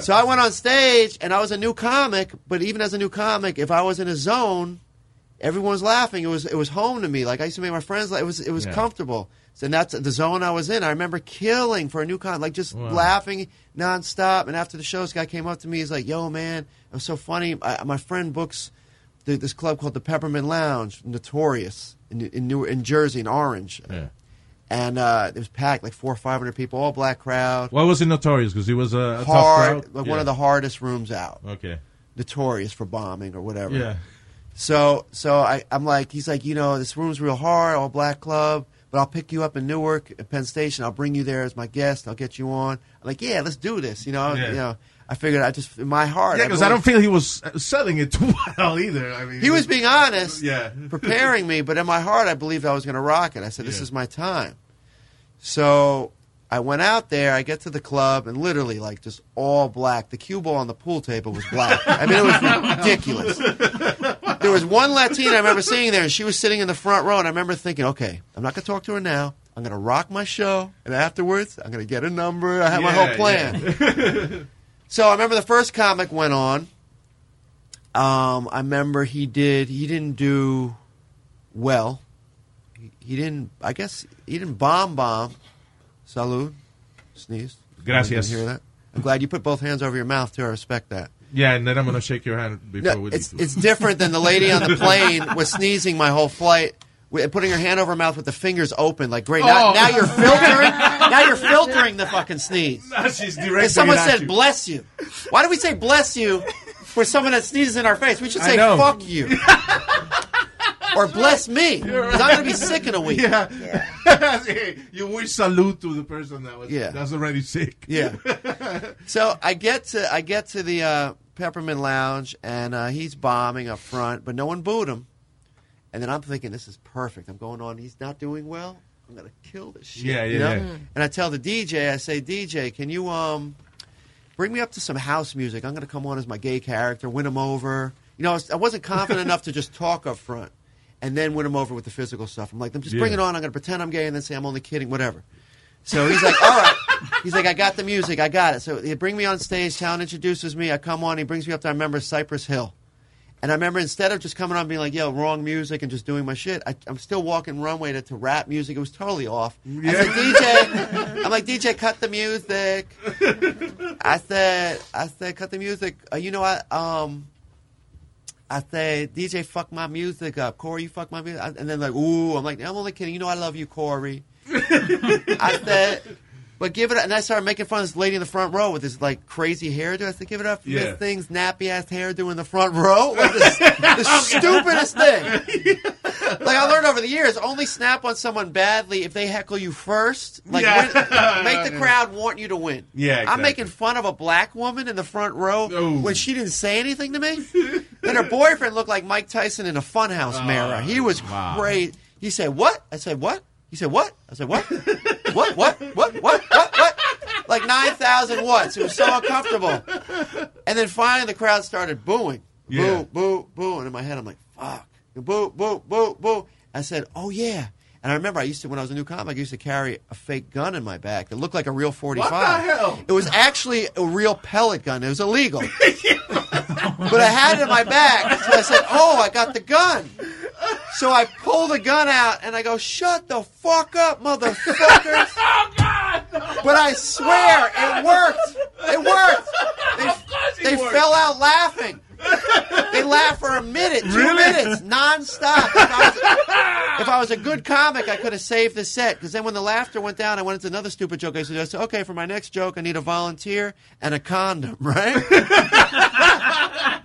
Speaker 7: so I went on stage, and I was a new comic. But even as a new comic, if I was in a zone, everyone was laughing. It was it was home to me. Like I used to make my friends. laugh. It was it was
Speaker 11: Yeah.
Speaker 7: comfortable. So that's the zone I was in. I remember killing for a new comic, like just
Speaker 11: Wow.
Speaker 7: laughing nonstop. And after the show, this guy came up to me. He's like, "Yo, man, it was so funny. I, my friend books." th- this club called the Peppermint Lounge, notorious in in, New, in Jersey, in Orange, and uh, it was packed like four or five hundred people, all black crowd,
Speaker 3: Why was it notorious? Because he was a, a
Speaker 7: hard,
Speaker 3: tough crowd.
Speaker 7: like
Speaker 3: Yeah.
Speaker 7: one of the hardest rooms out.
Speaker 3: Okay.
Speaker 7: notorious for bombing or whatever.
Speaker 3: Yeah.
Speaker 7: So so I, I'm like, he's like, you know, this room's real hard, all black club. But I'll pick you up in Newark at Penn Station. I'll bring you there as my guest. I'll get you on. I'm like, yeah, let's do this. You know,
Speaker 3: Yeah.
Speaker 7: you know. I figured I just in my heart.
Speaker 3: Yeah, because I
Speaker 7: believe-
Speaker 3: don't feel he was uh, selling it too well either. I mean,
Speaker 7: he was being honest,
Speaker 3: Yeah.
Speaker 7: preparing me, but in my heart, I believed I was going to rock it. I said, "This is my time." So I went out there. I get to the club, and literally, like just all black. The cue ball on the pool table was black. I mean, it was ridiculous. There was one Latina I remember seeing there, and she was sitting in the front row. And I remember thinking, "Okay, I'm not going to talk to her now. I'm going to rock my show, and afterwards, I'm going to get a number. I have my
Speaker 11: Yeah,
Speaker 7: whole plan." So I remember the first comic went on. Um, I remember he did. He didn't do well. He, he didn't. I guess he didn't bomb bomb. Salud. Sneeze.
Speaker 3: Gracias.
Speaker 7: Hear that? I'm glad you put both hands over your mouth too. I respect that.
Speaker 3: Yeah, and then I'm gonna shake your hand before
Speaker 7: No,
Speaker 3: we
Speaker 7: it's,
Speaker 3: leave.
Speaker 7: it's different than the lady on the plane was sneezing my whole flight, wi- putting her hand over her mouth with the fingers open. Like, great, now,
Speaker 11: Oh.
Speaker 7: now you're filtering. now you're filtering the fucking sneeze.
Speaker 11: Now she's directing
Speaker 7: If someone
Speaker 11: it at
Speaker 7: said
Speaker 11: you.
Speaker 7: "bless you," why do we say "bless you" for someone that sneezes in our face? We should
Speaker 11: I
Speaker 7: say
Speaker 11: know.
Speaker 7: "fuck you" or "bless me" because I'm gonna be sick in a week.
Speaker 3: Yeah. you wish salute to the person that was
Speaker 7: Yeah.
Speaker 3: that's already sick.
Speaker 7: Yeah. so I get to I get to the uh, Peppermint Lounge and uh, he's bombing up front, but no one booed him. And then I'm thinking, this is perfect. I'm going on. He's not doing well. I'm gonna kill this shit.
Speaker 11: Yeah, yeah,
Speaker 7: you know?
Speaker 11: yeah. Mm.
Speaker 7: And I tell the DJ, I say, DJ, can you um bring me up to some house music? I'm gonna come on as my gay character, win him over. You know, I was- I wasn't confident enough to just talk up front and then win him over with the physical stuff. I'm like, I'm just
Speaker 11: Yeah.
Speaker 7: bring it on. I'm gonna pretend I'm gay and then say I'm only kidding, whatever. So he's like, all right. He's like, I got the music, I got it. So they bring me on stage. Town introduces me. I come on. He brings me up to I remember Cypress Hill, and I remember instead of just coming on and being like, yo, wrong music and just doing my shit, I, I'm still walking runway to, to rap music. It was totally off. I said, DJ, I'm like, DJ, cut the music. I said, I said, cut the music. Uh, you know, I um. I said, DJ, fuck my music up. Corey, you fuck my music. I- And then, like, ooh, I'm like, I'm only kidding. You know, I love you, Corey. I said, but give it. And I started making fun of this lady in the front row with this like crazy hairdo. I said, give it up for
Speaker 11: Yeah.
Speaker 7: this thing's nappy ass hairdo in the front row. Like, the, the stupidest thing. Like I learned over the years, only snap on someone badly if they heckle you first. Like
Speaker 11: Yeah.
Speaker 7: win- make the crowd want you to win.
Speaker 11: Yeah,
Speaker 7: I'm
Speaker 11: exactly.
Speaker 7: making fun of a black woman in the front row when she didn't say anything to me. then her boyfriend looked like Mike Tyson in a funhouse mirror. He was
Speaker 11: wow.
Speaker 7: great. He said, "What?" I said, "What?" He said, "What?" I said, "What?" what? What? What? What? What? What? Like nine thousand watts. It was so uncomfortable. And then finally, the crowd started booing,
Speaker 11: Yeah.
Speaker 7: boo, boo, boo. And in my head, I'm like, "Fuck!" Boo, boo, boo, boo. I said, "Oh yeah." And I remember I used to when I was a new comic, I used to carry a fake gun in my back that looked like a real forty-five.
Speaker 10: hell?
Speaker 7: It was actually a real pellet gun. It was illegal, but I had it in my back. So I said, "Oh, I got the gun." So I pull the gun out and I go, "Shut the fuck up, motherfuckers!" But I swear, it worked. It worked. They,
Speaker 10: it
Speaker 7: they
Speaker 10: worked.
Speaker 7: fell out laughing. They laughed for a minute, two
Speaker 10: Really?
Speaker 7: minutes, nonstop. If I, was, if I was a good comic, I could have saved the set. Because then when the laughter went down, I went into another stupid joke. I suggested, okay, for my next joke, I need a volunteer and a condom, right?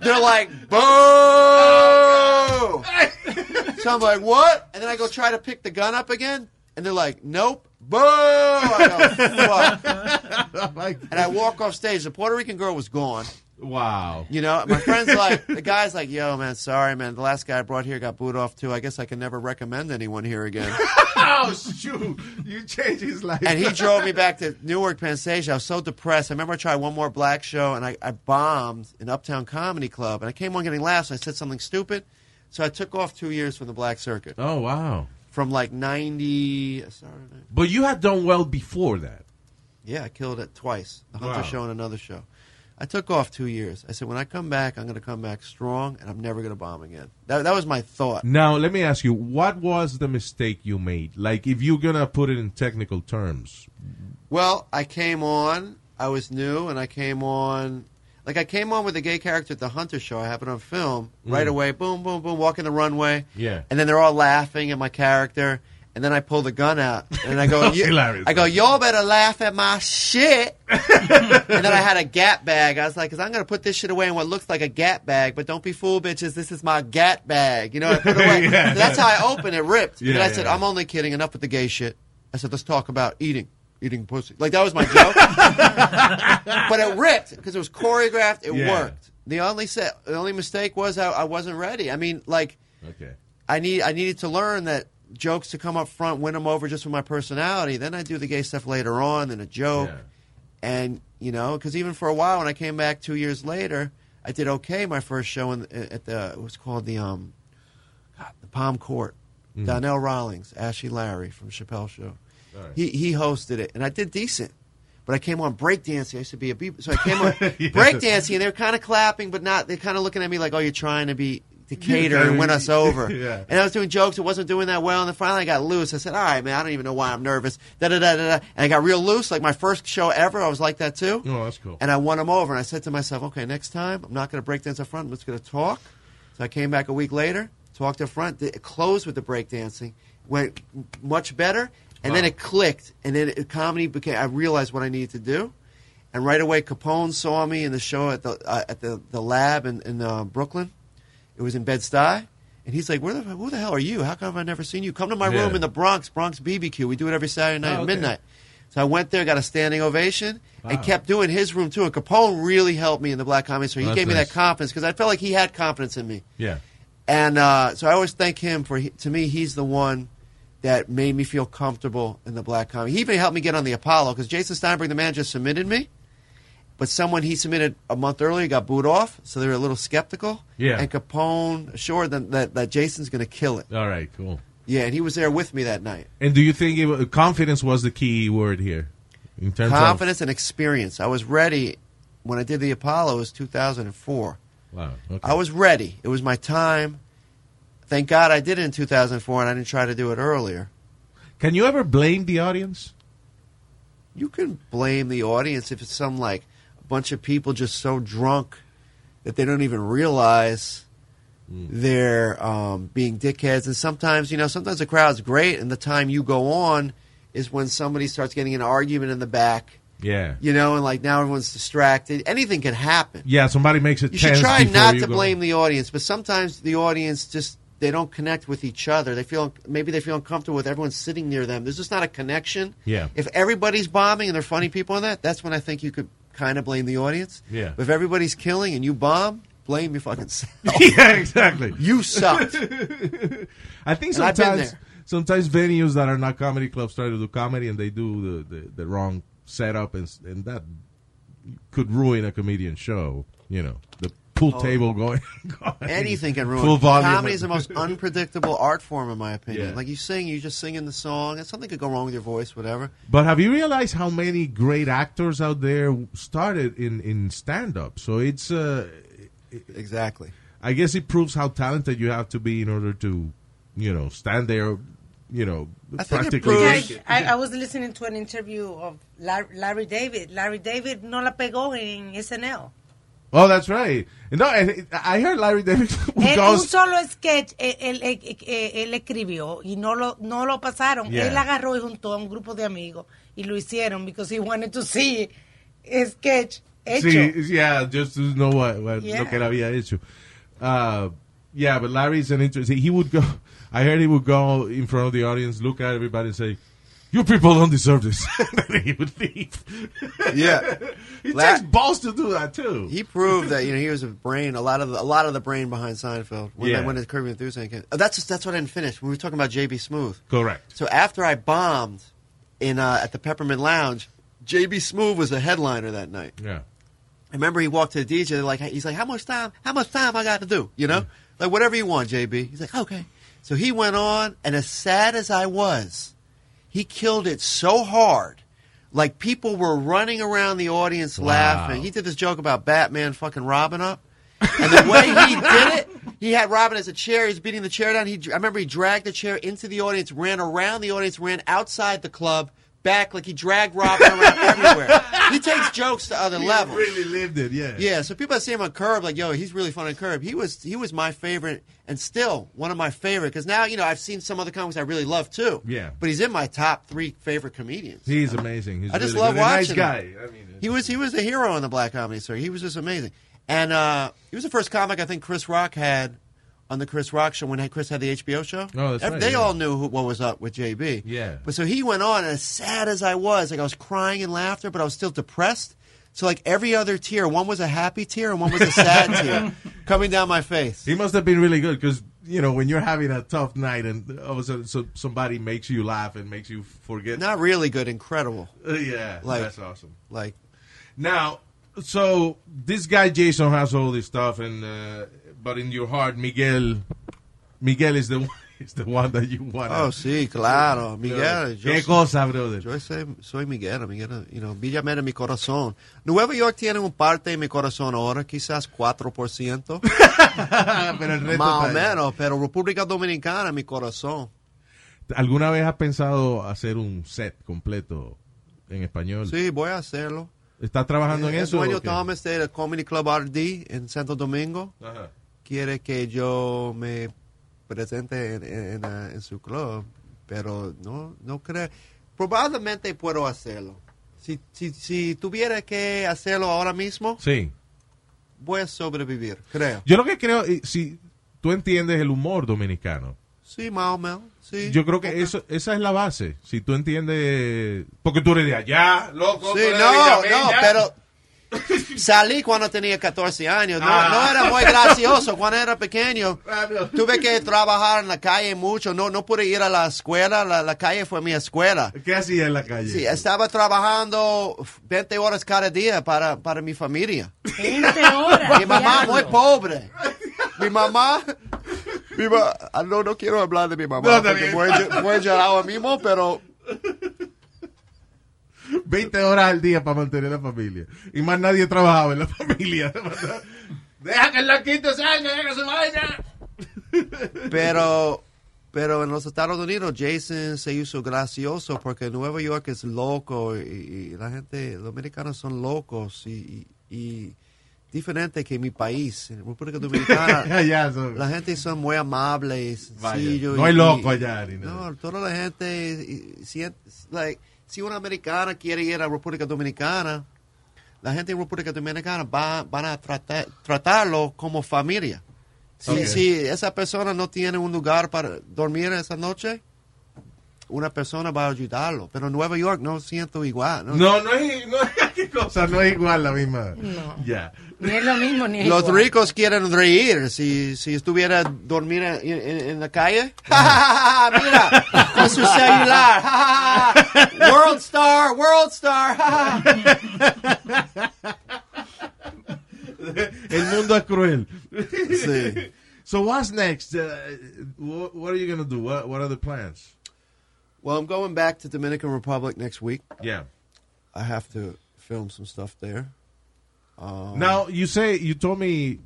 Speaker 7: They're like, boo! So I'm like, what? And then I go try to pick the gun up again, and they're like, nope, boo! I go, fuck. and I walk off stage. The Puerto Rican girl was gone.
Speaker 3: Wow.
Speaker 7: You know, my friend's like, the guy's like, yo, man, sorry, man. The last guy I brought here got booed off, too. I guess I can never recommend anyone here again.
Speaker 3: Oh, shoot. You changed his life.
Speaker 7: and he drove me back to Newark, Penn Station. I was so depressed. I remember I tried one more black show, and I, I bombed an Uptown Comedy Club. And I came on getting laughs, and I said something stupid. So I took off two years from the black circuit.
Speaker 3: Oh, wow.
Speaker 7: From like 90. Sorry,
Speaker 3: But you had done well before that.
Speaker 7: Yeah, I killed it twice. A Hunter
Speaker 3: Wow.
Speaker 7: show and another show. I took off two years. I said, when I come back, I'm going to come back strong, and I'm never going to bomb again. That, that was my thought.
Speaker 3: Now, let me ask you, what was the mistake you made? Like, if you're going to put it in technical terms.
Speaker 7: Well, I came on. I was new, and I came on. Like I came on with a gay character at the Hunter show. I have it on film right
Speaker 10: Mm.
Speaker 7: away. Boom, boom, boom. Walking the runway.
Speaker 10: Yeah.
Speaker 7: And then they're all laughing at my character. And then I pull the gun out and I go, "You-"
Speaker 10: Hilarious.
Speaker 7: I go, y'all better laugh at my shit. and then I had a Gap bag. I was like, because I'm gonna put this shit away in what looks like a Gap bag, but don't be fooled, bitches. This is my Gap bag. You know, I put it away.
Speaker 10: Yeah.
Speaker 7: So that's how I opened it. Ripped.
Speaker 10: Yeah,
Speaker 7: and I
Speaker 10: yeah,
Speaker 7: said,
Speaker 10: yeah.
Speaker 7: I'm only kidding. Enough with the gay shit. I said, let's talk about eating, eating pussy. Like that was my joke. but it ripped because it was choreographed. It
Speaker 10: Yeah.
Speaker 7: worked. The only se- the only mistake was I, I wasn't ready. I mean, like.
Speaker 3: Okay.
Speaker 7: I need I needed to learn that jokes to come up front win them over just with my personality. Then I do the gay stuff later on, then a joke, and you know, because even for a while when I came back two years later, I did okay my first show in, uh, at the it was called the um, God, the Palm Court.
Speaker 10: Mhm.
Speaker 7: Donnell Rawlings, Ashley Larry from Chappelle Show.
Speaker 10: All right.
Speaker 7: He he hosted it, and I did decent. But I came on breakdancing. I used to be a beep, so I came on breakdancing, and they were kind of clapping, but not. They're kind of looking at me like, "Oh, you're trying to be to cater and win us over."
Speaker 10: Yeah.
Speaker 7: And I was doing jokes. It wasn't doing that well. And then finally I got loose. I said, all right, man, I don't even know why I'm nervous. Da da da da. da. And I got real loose. Like my first show ever, I was like that too.
Speaker 3: Oh, that's cool.
Speaker 7: And I won them over. And I said to myself, okay, next time I'm not going to break dance up front. I'm just going to talk. So I came back a week later, talked up front, did, closed with the breakdancing, went much better. And then
Speaker 10: Wow.
Speaker 7: it clicked. And then it, comedy became, I realized what I needed to do. And right away, Capone saw me in the show at the uh, at the, the lab in, in uh, Brooklyn. It was in Bed Stuy, and he's like, "Where the who the hell are you? How come have I never seen you? Come to my
Speaker 10: Yeah.
Speaker 7: room in the Bronx, Bronx BBQ. We do it every Saturday night
Speaker 10: Oh,
Speaker 7: at
Speaker 10: okay.
Speaker 7: midnight." So I went there, got a standing ovation, and
Speaker 10: Wow.
Speaker 7: kept doing his room too. And Capone really helped me in the black comedy store. He
Speaker 10: That's
Speaker 7: gave me
Speaker 10: nice.
Speaker 7: that confidence because I felt like he had confidence in me.
Speaker 3: Yeah.
Speaker 7: And uh, so I always thank him for. To me, he's the one that made me feel comfortable in the black comedy. He even helped me get on the Apollo because Jason Steinberg, the manager, submitted me, but someone he submitted a month earlier got booed off, so they were a little skeptical.
Speaker 3: Yeah.
Speaker 7: And Capone assured them that that Jason's going to kill it.
Speaker 3: All right, cool.
Speaker 7: Yeah, and he was there with me that night.
Speaker 3: And do you think it, wa- confidence was the key word here? In terms
Speaker 7: Confidence and experience. I was ready when I did the Apollo. It was 2004.
Speaker 3: of. Wow. Okay.
Speaker 7: I was ready. It was my time. Thank God I did it in 2004 and I didn't try to do it earlier.
Speaker 3: Can you ever blame the audience?
Speaker 7: You can blame the audience if it's some like a bunch of people just so drunk that they don't even realize they're um, being dickheads. And sometimes, you know, sometimes the crowd's great and the time you go on is when somebody starts getting an argument in the back,
Speaker 3: Yeah.
Speaker 7: you know, and like now everyone's distracted. Anything can happen.
Speaker 3: Yeah, somebody makes it
Speaker 7: You should
Speaker 3: tense
Speaker 7: try
Speaker 3: before
Speaker 7: not
Speaker 3: you
Speaker 7: to
Speaker 3: go-
Speaker 7: blame the audience, but sometimes the audience just they don't connect with each other. They feel maybe they feel uncomfortable with everyone sitting near them. There's just not a connection.
Speaker 10: Yeah.
Speaker 7: If everybody's bombing and they're funny people in that, that's when I think you could kind of blame the audience.
Speaker 10: Yeah.
Speaker 7: But if everybody's killing and you bomb, blame your fucking self.
Speaker 3: yeah, exactly.
Speaker 7: You sucked.
Speaker 3: I think
Speaker 7: And I've been
Speaker 3: sometimes
Speaker 7: there.
Speaker 3: sometimes venues that are not comedy clubs try to do comedy and they do the, the, the wrong setup and s- and that could ruin a comedian show. You know the pool
Speaker 7: Oh.
Speaker 3: table going. going.
Speaker 7: Anything can ruin
Speaker 3: Full
Speaker 7: it.
Speaker 3: volume.
Speaker 7: Comedy is the most unpredictable art form, in my opinion.
Speaker 3: Yeah.
Speaker 7: Like you sing, you're just singing the song, and something could go wrong with your voice, whatever.
Speaker 3: But have you realized how many great actors out there started in in stand up? So it's uh,
Speaker 7: exactly.
Speaker 3: I guess it proves how talented you have to be in order to, you know, stand there, you know,
Speaker 7: I think it
Speaker 3: practically.
Speaker 7: proves-
Speaker 3: make it.
Speaker 4: I, I was listening to an interview of Lar- Larry David. Larry David no la pegó en SNL.
Speaker 3: Oh, that's right. No, I, I heard Larry David
Speaker 4: Él, Eh, un
Speaker 3: goes.
Speaker 4: solo sketch él, él- él- él- él escribió y no lo, no lo pasaron.
Speaker 3: Yeah.
Speaker 4: Él agarró y juntó a un grupo de amigos y lo hicieron because he wanted to see a sketch hecho.
Speaker 3: Sí, yeah, just to know what, what-
Speaker 4: Yeah.
Speaker 3: lo que él había hecho. Uh, yeah, but Larry's an interesting. He would go. I heard he would go in front of the audience, look at everybody, and say, "You people don't deserve this." then he would leave.
Speaker 7: Yeah.
Speaker 3: It
Speaker 7: La-
Speaker 3: takes balls to do that too.
Speaker 7: He proved that you know he was a brain, a lot of the, a lot of the brain behind Seinfeld. When
Speaker 3: Yeah.
Speaker 7: they went to Kirby Enthusiasm, came- oh, that's just, that's what I didn't finish. We were talking about JB Smooth.
Speaker 3: Correct.
Speaker 7: So after I bombed in uh, at the Peppermint Lounge, JB Smooth was the headliner that night.
Speaker 3: Yeah.
Speaker 7: I remember he walked to the DJ like he's like, "How much time? How much time I got to do? You know, like whatever you want, JB." He's like, "Okay." So he went on, and as sad as I was, he killed it so hard. Like people were running around the audience laughing. He did this joke about Batman fucking Robin up, and the way he did it, he had Robin as a chair. He's beating the chair down. He, I remember he dragged the chair into the audience, ran around the audience, ran outside the club, back like he dragged Robin around everywhere. He takes jokes to other levels.
Speaker 3: Really lived it. Yeah.
Speaker 7: Yeah, so people that see him on Curb, like, yo, he's really fun on Curb. He was he was my favorite, and still one of my favorite. Because now, you know, I've seen some other comics I really love too.
Speaker 3: Yeah.
Speaker 7: but he's in my top three favorite comedians.
Speaker 3: He's amazing. He's
Speaker 7: I just
Speaker 3: really
Speaker 7: love
Speaker 3: good. And
Speaker 7: watching
Speaker 3: Nice
Speaker 7: him.
Speaker 3: guy. I mean,
Speaker 7: He was he was a hero in the black comedy circuit. He was just amazing, and uh, he was the first comic I think Chris Rock had on the Chris Rock show when Chris had the HBO show.
Speaker 3: Oh, that's
Speaker 7: Ev-
Speaker 3: right,
Speaker 7: They
Speaker 3: yeah.
Speaker 7: all knew who, what was up with JB.
Speaker 3: Yeah.
Speaker 7: but so he went on, and as sad as I was, like I was crying in laughter, but I was still depressed. So like every other tear, one was a happy tear and one was a sad tear coming down my face.
Speaker 3: He must have been really good because you know when you're having a tough night and all of a sudden so, somebody makes you laugh and makes you forget.
Speaker 7: Not really good, incredible.
Speaker 3: Uh, yeah,
Speaker 7: Like-
Speaker 3: that's awesome.
Speaker 7: Like
Speaker 3: Now, so this guy Jason has all this stuff, and uh, but in your heart, Miguel, Miguel is the one, is the one that you want.
Speaker 7: oh, sí, claro, Miguel. yo
Speaker 3: qué
Speaker 7: soy-
Speaker 3: cosa, brother.
Speaker 7: Yo soy, soy Miguel, Miguel, you know, Villa Mera, mi corazón. Nueva York tiene un parte de mi corazón ahora, quizás 4%,
Speaker 3: Ah, pero el resto
Speaker 7: más o
Speaker 3: está ahí.
Speaker 7: menos, pero República Dominicana, mi corazón.
Speaker 3: ¿Alguna vez has pensado hacer un set completo en español?
Speaker 7: Sí, voy a hacerlo. Eh,
Speaker 3: ¿Estás trabajando en
Speaker 7: el
Speaker 3: eso?
Speaker 7: dueño
Speaker 3: o qué?
Speaker 7: Thomas de la Comedy Club RD en Santo Domingo
Speaker 3: Ajá.
Speaker 7: quiere que yo me presente en, en- en, ah, en su club, pero no, no creo. Probablemente puedo hacerlo. Si, si, si tuviera que hacerlo ahora mismo,
Speaker 3: Sí.
Speaker 7: voy a sobrevivir, creo.
Speaker 3: Yo lo que creo, eh, si tú entiendes el humor dominicano,
Speaker 7: Sí, más o menos. Sí.
Speaker 3: yo creo que eso, esa es la base. Si tú entiendes, porque tú eres de allá, loco. tú
Speaker 7: Sí,
Speaker 3: eres de
Speaker 7: no,
Speaker 3: Villamella.
Speaker 7: no, pero salí cuando tenía 14 años. No,
Speaker 3: Ah.
Speaker 7: no era muy gracioso cuando era pequeño.
Speaker 3: Ah, no.
Speaker 7: Tuve que trabajar en la calle mucho. No, no pude ir a la escuela. La, la calle fue mi escuela.
Speaker 3: ¿Qué hacía en la calle?
Speaker 7: Sí, estaba trabajando 20 horas cada día para, para mi familia.
Speaker 4: 20 horas.
Speaker 7: Mi mamá pues.
Speaker 4: diablo.
Speaker 7: muy pobre. Mi mamá... mi ma- ah, no, no quiero hablar de mi mamá.
Speaker 3: No, está
Speaker 7: porque
Speaker 3: bien.
Speaker 7: voy, a ll- voy a llorar ahora mismo, pero...
Speaker 3: 20 horas al día para mantener la familia. Y más nadie trabajaba en la familia. Deja que el loquito salga, deja que se vaya.
Speaker 7: Pero, pero en los Estados Unidos, Jason se hizo gracioso porque Nueva York es loco y, y la gente, los americanos son locos y, y- y diferente que mi país, en República Dominicana.
Speaker 3: Allá son-
Speaker 7: La gente son muy amables,
Speaker 3: Vaya,
Speaker 7: sencillo
Speaker 3: no hay
Speaker 7: y-
Speaker 3: loco
Speaker 7: y-
Speaker 3: allá ni nada.
Speaker 7: No, toda la gente y- y sient- like, si una americana quiere ir a República Dominicana, la gente en República Dominicana va, van a tratar, tratarlo como familia. Si,
Speaker 3: Ok.
Speaker 7: si esa persona no tiene un lugar para dormir esa noche, una persona va a ayudarlo. Pero en Nueva York no siento igual. ¿no?
Speaker 3: No, no es, no es- qué cosa, no es igual la misma.
Speaker 4: No.
Speaker 3: Ya.
Speaker 4: Ni es lo mismo, ni es
Speaker 7: Los
Speaker 4: igual.
Speaker 7: ricos quieren reír. Si, si estuviera dormir en, en- en la calle, mira, con su celular. world star, world star.
Speaker 3: El mundo Eduardo es cruel.
Speaker 7: Sí.
Speaker 3: So what's next? Uh, wh- what are you going to do? What, what are the plans?
Speaker 7: Well, I'm going back to Dominican Republic next week.
Speaker 3: Yeah.
Speaker 7: I have to film some stuff there. Um,
Speaker 3: Now you say you told me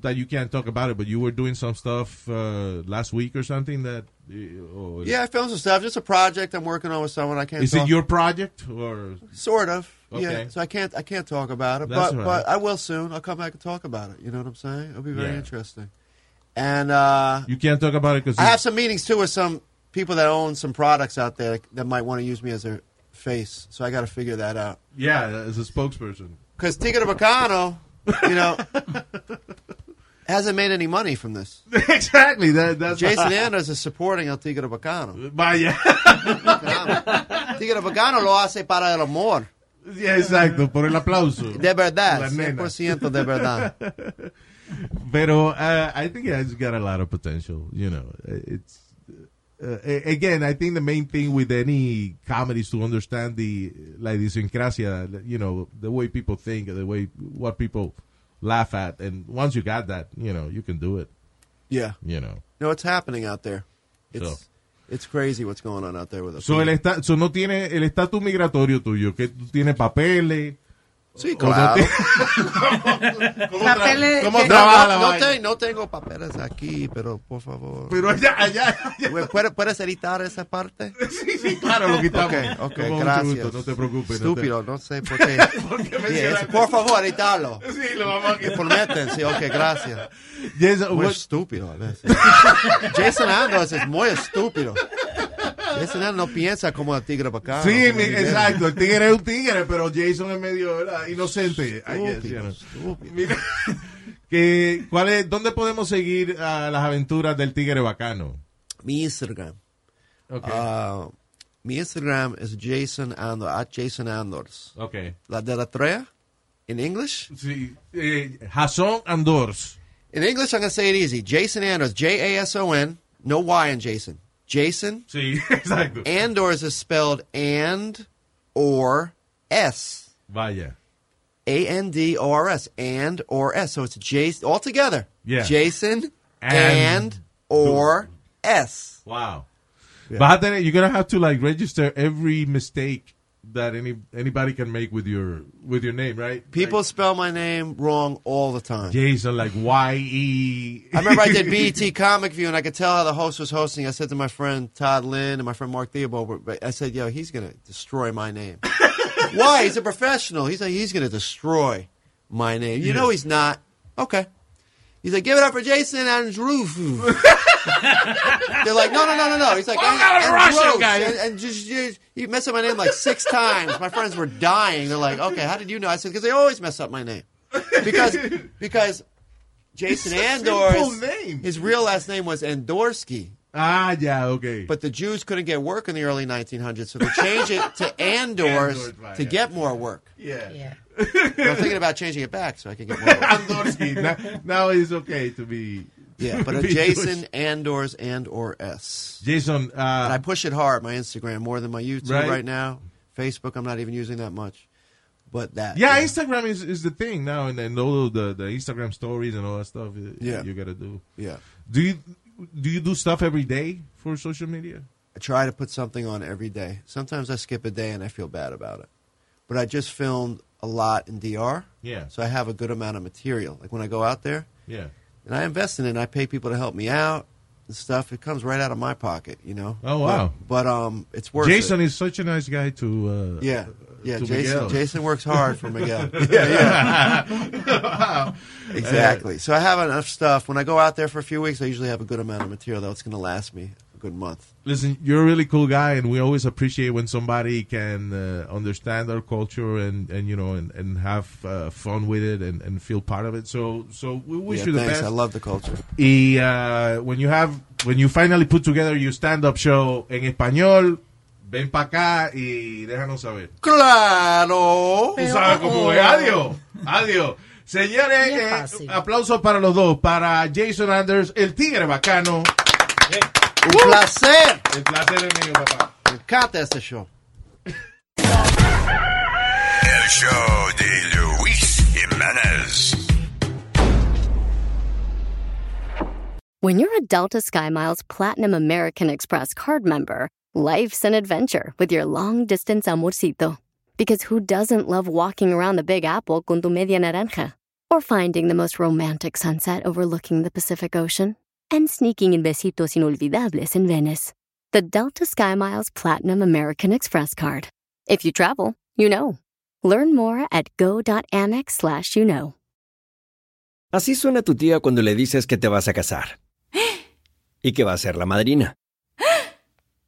Speaker 3: that you can't talk about it, but you were doing some stuff uh, last week or something that. uh, Or
Speaker 7: Yeah, I filmed some stuff. Just a project I'm working on with someone. I can't.
Speaker 3: Is it
Speaker 7: talk-
Speaker 3: your project or?
Speaker 7: Sort of.
Speaker 3: Okay.
Speaker 7: Yeah. So I can't. I can't talk about it. but
Speaker 3: That's all right.
Speaker 7: but I will soon. I'll come back and talk about it. You know what I'm saying? It'll be very
Speaker 3: Yeah.
Speaker 7: interesting. And uh,
Speaker 3: You can't talk about it because
Speaker 7: I have some meetings too with some people that own some products out there that might want to use me as their face. So I got to figure that out.
Speaker 3: yeah, as a spokesperson.
Speaker 7: Because Tico de Bacano, you know, hasn't made any money from this.
Speaker 3: exactly. That that's
Speaker 7: Jason Anders is supporting El Tigre Bacano.
Speaker 3: Vaya.
Speaker 7: Tigre Bacano lo hace para el amor.
Speaker 3: Yeah, exacto. Por el aplauso.
Speaker 7: De verdad,
Speaker 3: La nena.
Speaker 7: 100% de verdad.
Speaker 3: Pero uh, I think it's got a lot of potential. You know, it's uh, a- again. I think the main thing with any comedy is to understand the la idiosincrasia. You know, the way people think, the way what people laugh at, and once you got that, you know, you can do it.
Speaker 7: Yeah.
Speaker 3: You know.
Speaker 7: No, it's happening out there. It's,
Speaker 3: So.
Speaker 7: it's crazy what's going on out there with us.
Speaker 3: So, el esta- so no tiene el estatus migratorio tuyo, que tú tienes papeles.
Speaker 7: sí,
Speaker 3: o Oh, no
Speaker 7: claro.
Speaker 3: te-
Speaker 4: Papeles
Speaker 3: ¿Cómo
Speaker 4: que-
Speaker 7: No,
Speaker 3: trabaja la
Speaker 7: no, no
Speaker 3: vaina?
Speaker 7: te- no tengo papeles aquí, pero por favor.
Speaker 3: Pero allá, allá.
Speaker 7: Güey, ¿Puedes, puedes editar esa parte?
Speaker 3: Sí, sí, claro, lo quitamos.
Speaker 7: Ok, ok,
Speaker 3: Con mucho
Speaker 7: gracias.
Speaker 3: gusto, no te preocupes. no te-
Speaker 7: Estúpido, no sé por qué. Sí, es- por favor, edítalo.
Speaker 3: Sí, lo vamos a
Speaker 7: Me prometen, sí, ok, gracias.
Speaker 3: Jason,
Speaker 7: Muy
Speaker 3: what-
Speaker 7: estúpido a veces. Jason Anders es muy estúpido. Jason Anders no piensa como el tigre bacano.
Speaker 3: sí,
Speaker 7: como
Speaker 3: mi-
Speaker 7: Miguel.
Speaker 3: exacto. El tigre es un tigre, pero Jason es medio ¿verdad? inocente. I guess, you
Speaker 7: Estúpido,
Speaker 3: know.
Speaker 7: estúpido.
Speaker 3: Mira, que, ¿cuál es, ¿Dónde podemos seguir a las aventuras del tigre bacano?
Speaker 7: Mi Instagram.
Speaker 3: Okay.
Speaker 7: ah, mi Instagram es Jason Anders, at Jason Anders.
Speaker 3: okay.
Speaker 7: La de la trea, in English.
Speaker 3: Sí, eh, Jason Andors.
Speaker 7: In English, I'm going to say it easy. Jason Anders, J-A-S-O-N, no Y in Jason. Jason
Speaker 3: Sí, exacto.
Speaker 7: Anders is spelled and or S.
Speaker 3: Vaya.
Speaker 7: A N D O R S and or S. So it's Jason all together.
Speaker 3: Yeah.
Speaker 7: Jason and,
Speaker 3: And-
Speaker 7: or S.
Speaker 3: Wow. Vas a tener, you're gonna have to like register every mistake that any anybody can make with your with your name, right?
Speaker 7: People spell my name wrong all the time.
Speaker 3: like Jason, like Y E.
Speaker 7: I remember I did BET Comic View, and I could tell how the host was hosting. I said to my friend Todd Lynn and my friend Mark Theobald, but I said, "Yo, he's gonna destroy my name. Why? He's a professional. He's like, he's gonna destroy my name. You know he's not. Okay. He's like, give it up for Jason Andrew. They're like, no, no, no, no, no. He's like, and, and gross. And, and just, just he messed up my name like six times. My friends were dying. They're like, okay, how did you know? I said, because they always mess up my name because because Jason Andor's
Speaker 3: name.
Speaker 7: his real last name was Andorsky,
Speaker 3: Ah, yeah, okay.
Speaker 7: but the Jews couldn't get work in the early 1900s, so they changed it to Andor's
Speaker 3: Andor's, right,
Speaker 7: to
Speaker 3: yeah.
Speaker 7: get more work.
Speaker 3: yeah.
Speaker 4: Yeah.
Speaker 7: But I'm thinking about changing it back so I can get more work.
Speaker 3: Andorsky. now, now it's okay to be.
Speaker 7: Yeah, but a
Speaker 3: be
Speaker 7: Jason
Speaker 3: Jewish.
Speaker 7: Andor's and or S.
Speaker 3: Jason,
Speaker 7: And I
Speaker 3: uh,
Speaker 7: push it hard my Instagram more than my YouTube
Speaker 3: Right.
Speaker 7: right, now. Facebook I'm not even using that much, but that
Speaker 3: yeah, Instagram is, is the thing now, and, and all the the Instagram stories and all that stuff. uh,
Speaker 7: Yeah.
Speaker 3: you gotta do.
Speaker 7: yeah.
Speaker 3: Do you do you do stuff every day for social media?
Speaker 7: I try to put something on every day. Sometimes I skip a day and I feel bad about it. But I just filmed a lot in DR.
Speaker 3: Yeah.
Speaker 7: So I have a good amount of material. Like when I go out there
Speaker 3: Yeah.
Speaker 7: and I invest in it, and I pay people to help me out and stuff. It comes right out of my pocket, you know.
Speaker 3: Oh, wow.
Speaker 7: But, but, um it's worth
Speaker 3: Jason
Speaker 7: it.
Speaker 3: is such a nice guy to. Uh,
Speaker 7: Yeah. Yeah,
Speaker 3: to
Speaker 7: Jason
Speaker 3: Miguel.
Speaker 7: Jason works hard for Miguel. yeah, yeah. Exactly. So I have enough stuff. When I go out there for a few weeks, I usually have a good amount of material that's going to last me a good month.
Speaker 3: Listen, you're a really cool guy, and we always appreciate when somebody can uh, understand our culture and, and you know and, and have uh, fun with it and, and feel part of it. So so we wish
Speaker 7: yeah,
Speaker 3: you the
Speaker 7: thanks.
Speaker 3: best.
Speaker 7: I love the culture.
Speaker 3: y uh, when you have when you finally put together your stand up show en español, ven pa acá y déjanos saber.
Speaker 7: Claro.
Speaker 3: Tú sabes cómo es. Adiós. Adiós. Señores,
Speaker 4: Bien
Speaker 3: eh,
Speaker 4: fácil.
Speaker 3: aplausos para los dos, para Jason Anders, el tigre bacano.
Speaker 7: Un placer.
Speaker 3: El placer es mío, papá.
Speaker 7: Me encanta este show.
Speaker 2: El show de Luis Jiménez.
Speaker 10: When you're a Delta SkyMiles Platinum American Express card member, life's an adventure with your long distance amorcito. Because who doesn't love walking around the Big Apple con tu media naranja? Or finding the most romantic sunset overlooking the Pacific Ocean? And sneaking in besitos inolvidables in Venice? The Delta SkyMiles Platinum American Express card. If you travel, you know. Learn more at go.amex slash you know.
Speaker 11: Así suena tu tía cuando le dices que te vas a casar. Y que va a ser la madrina.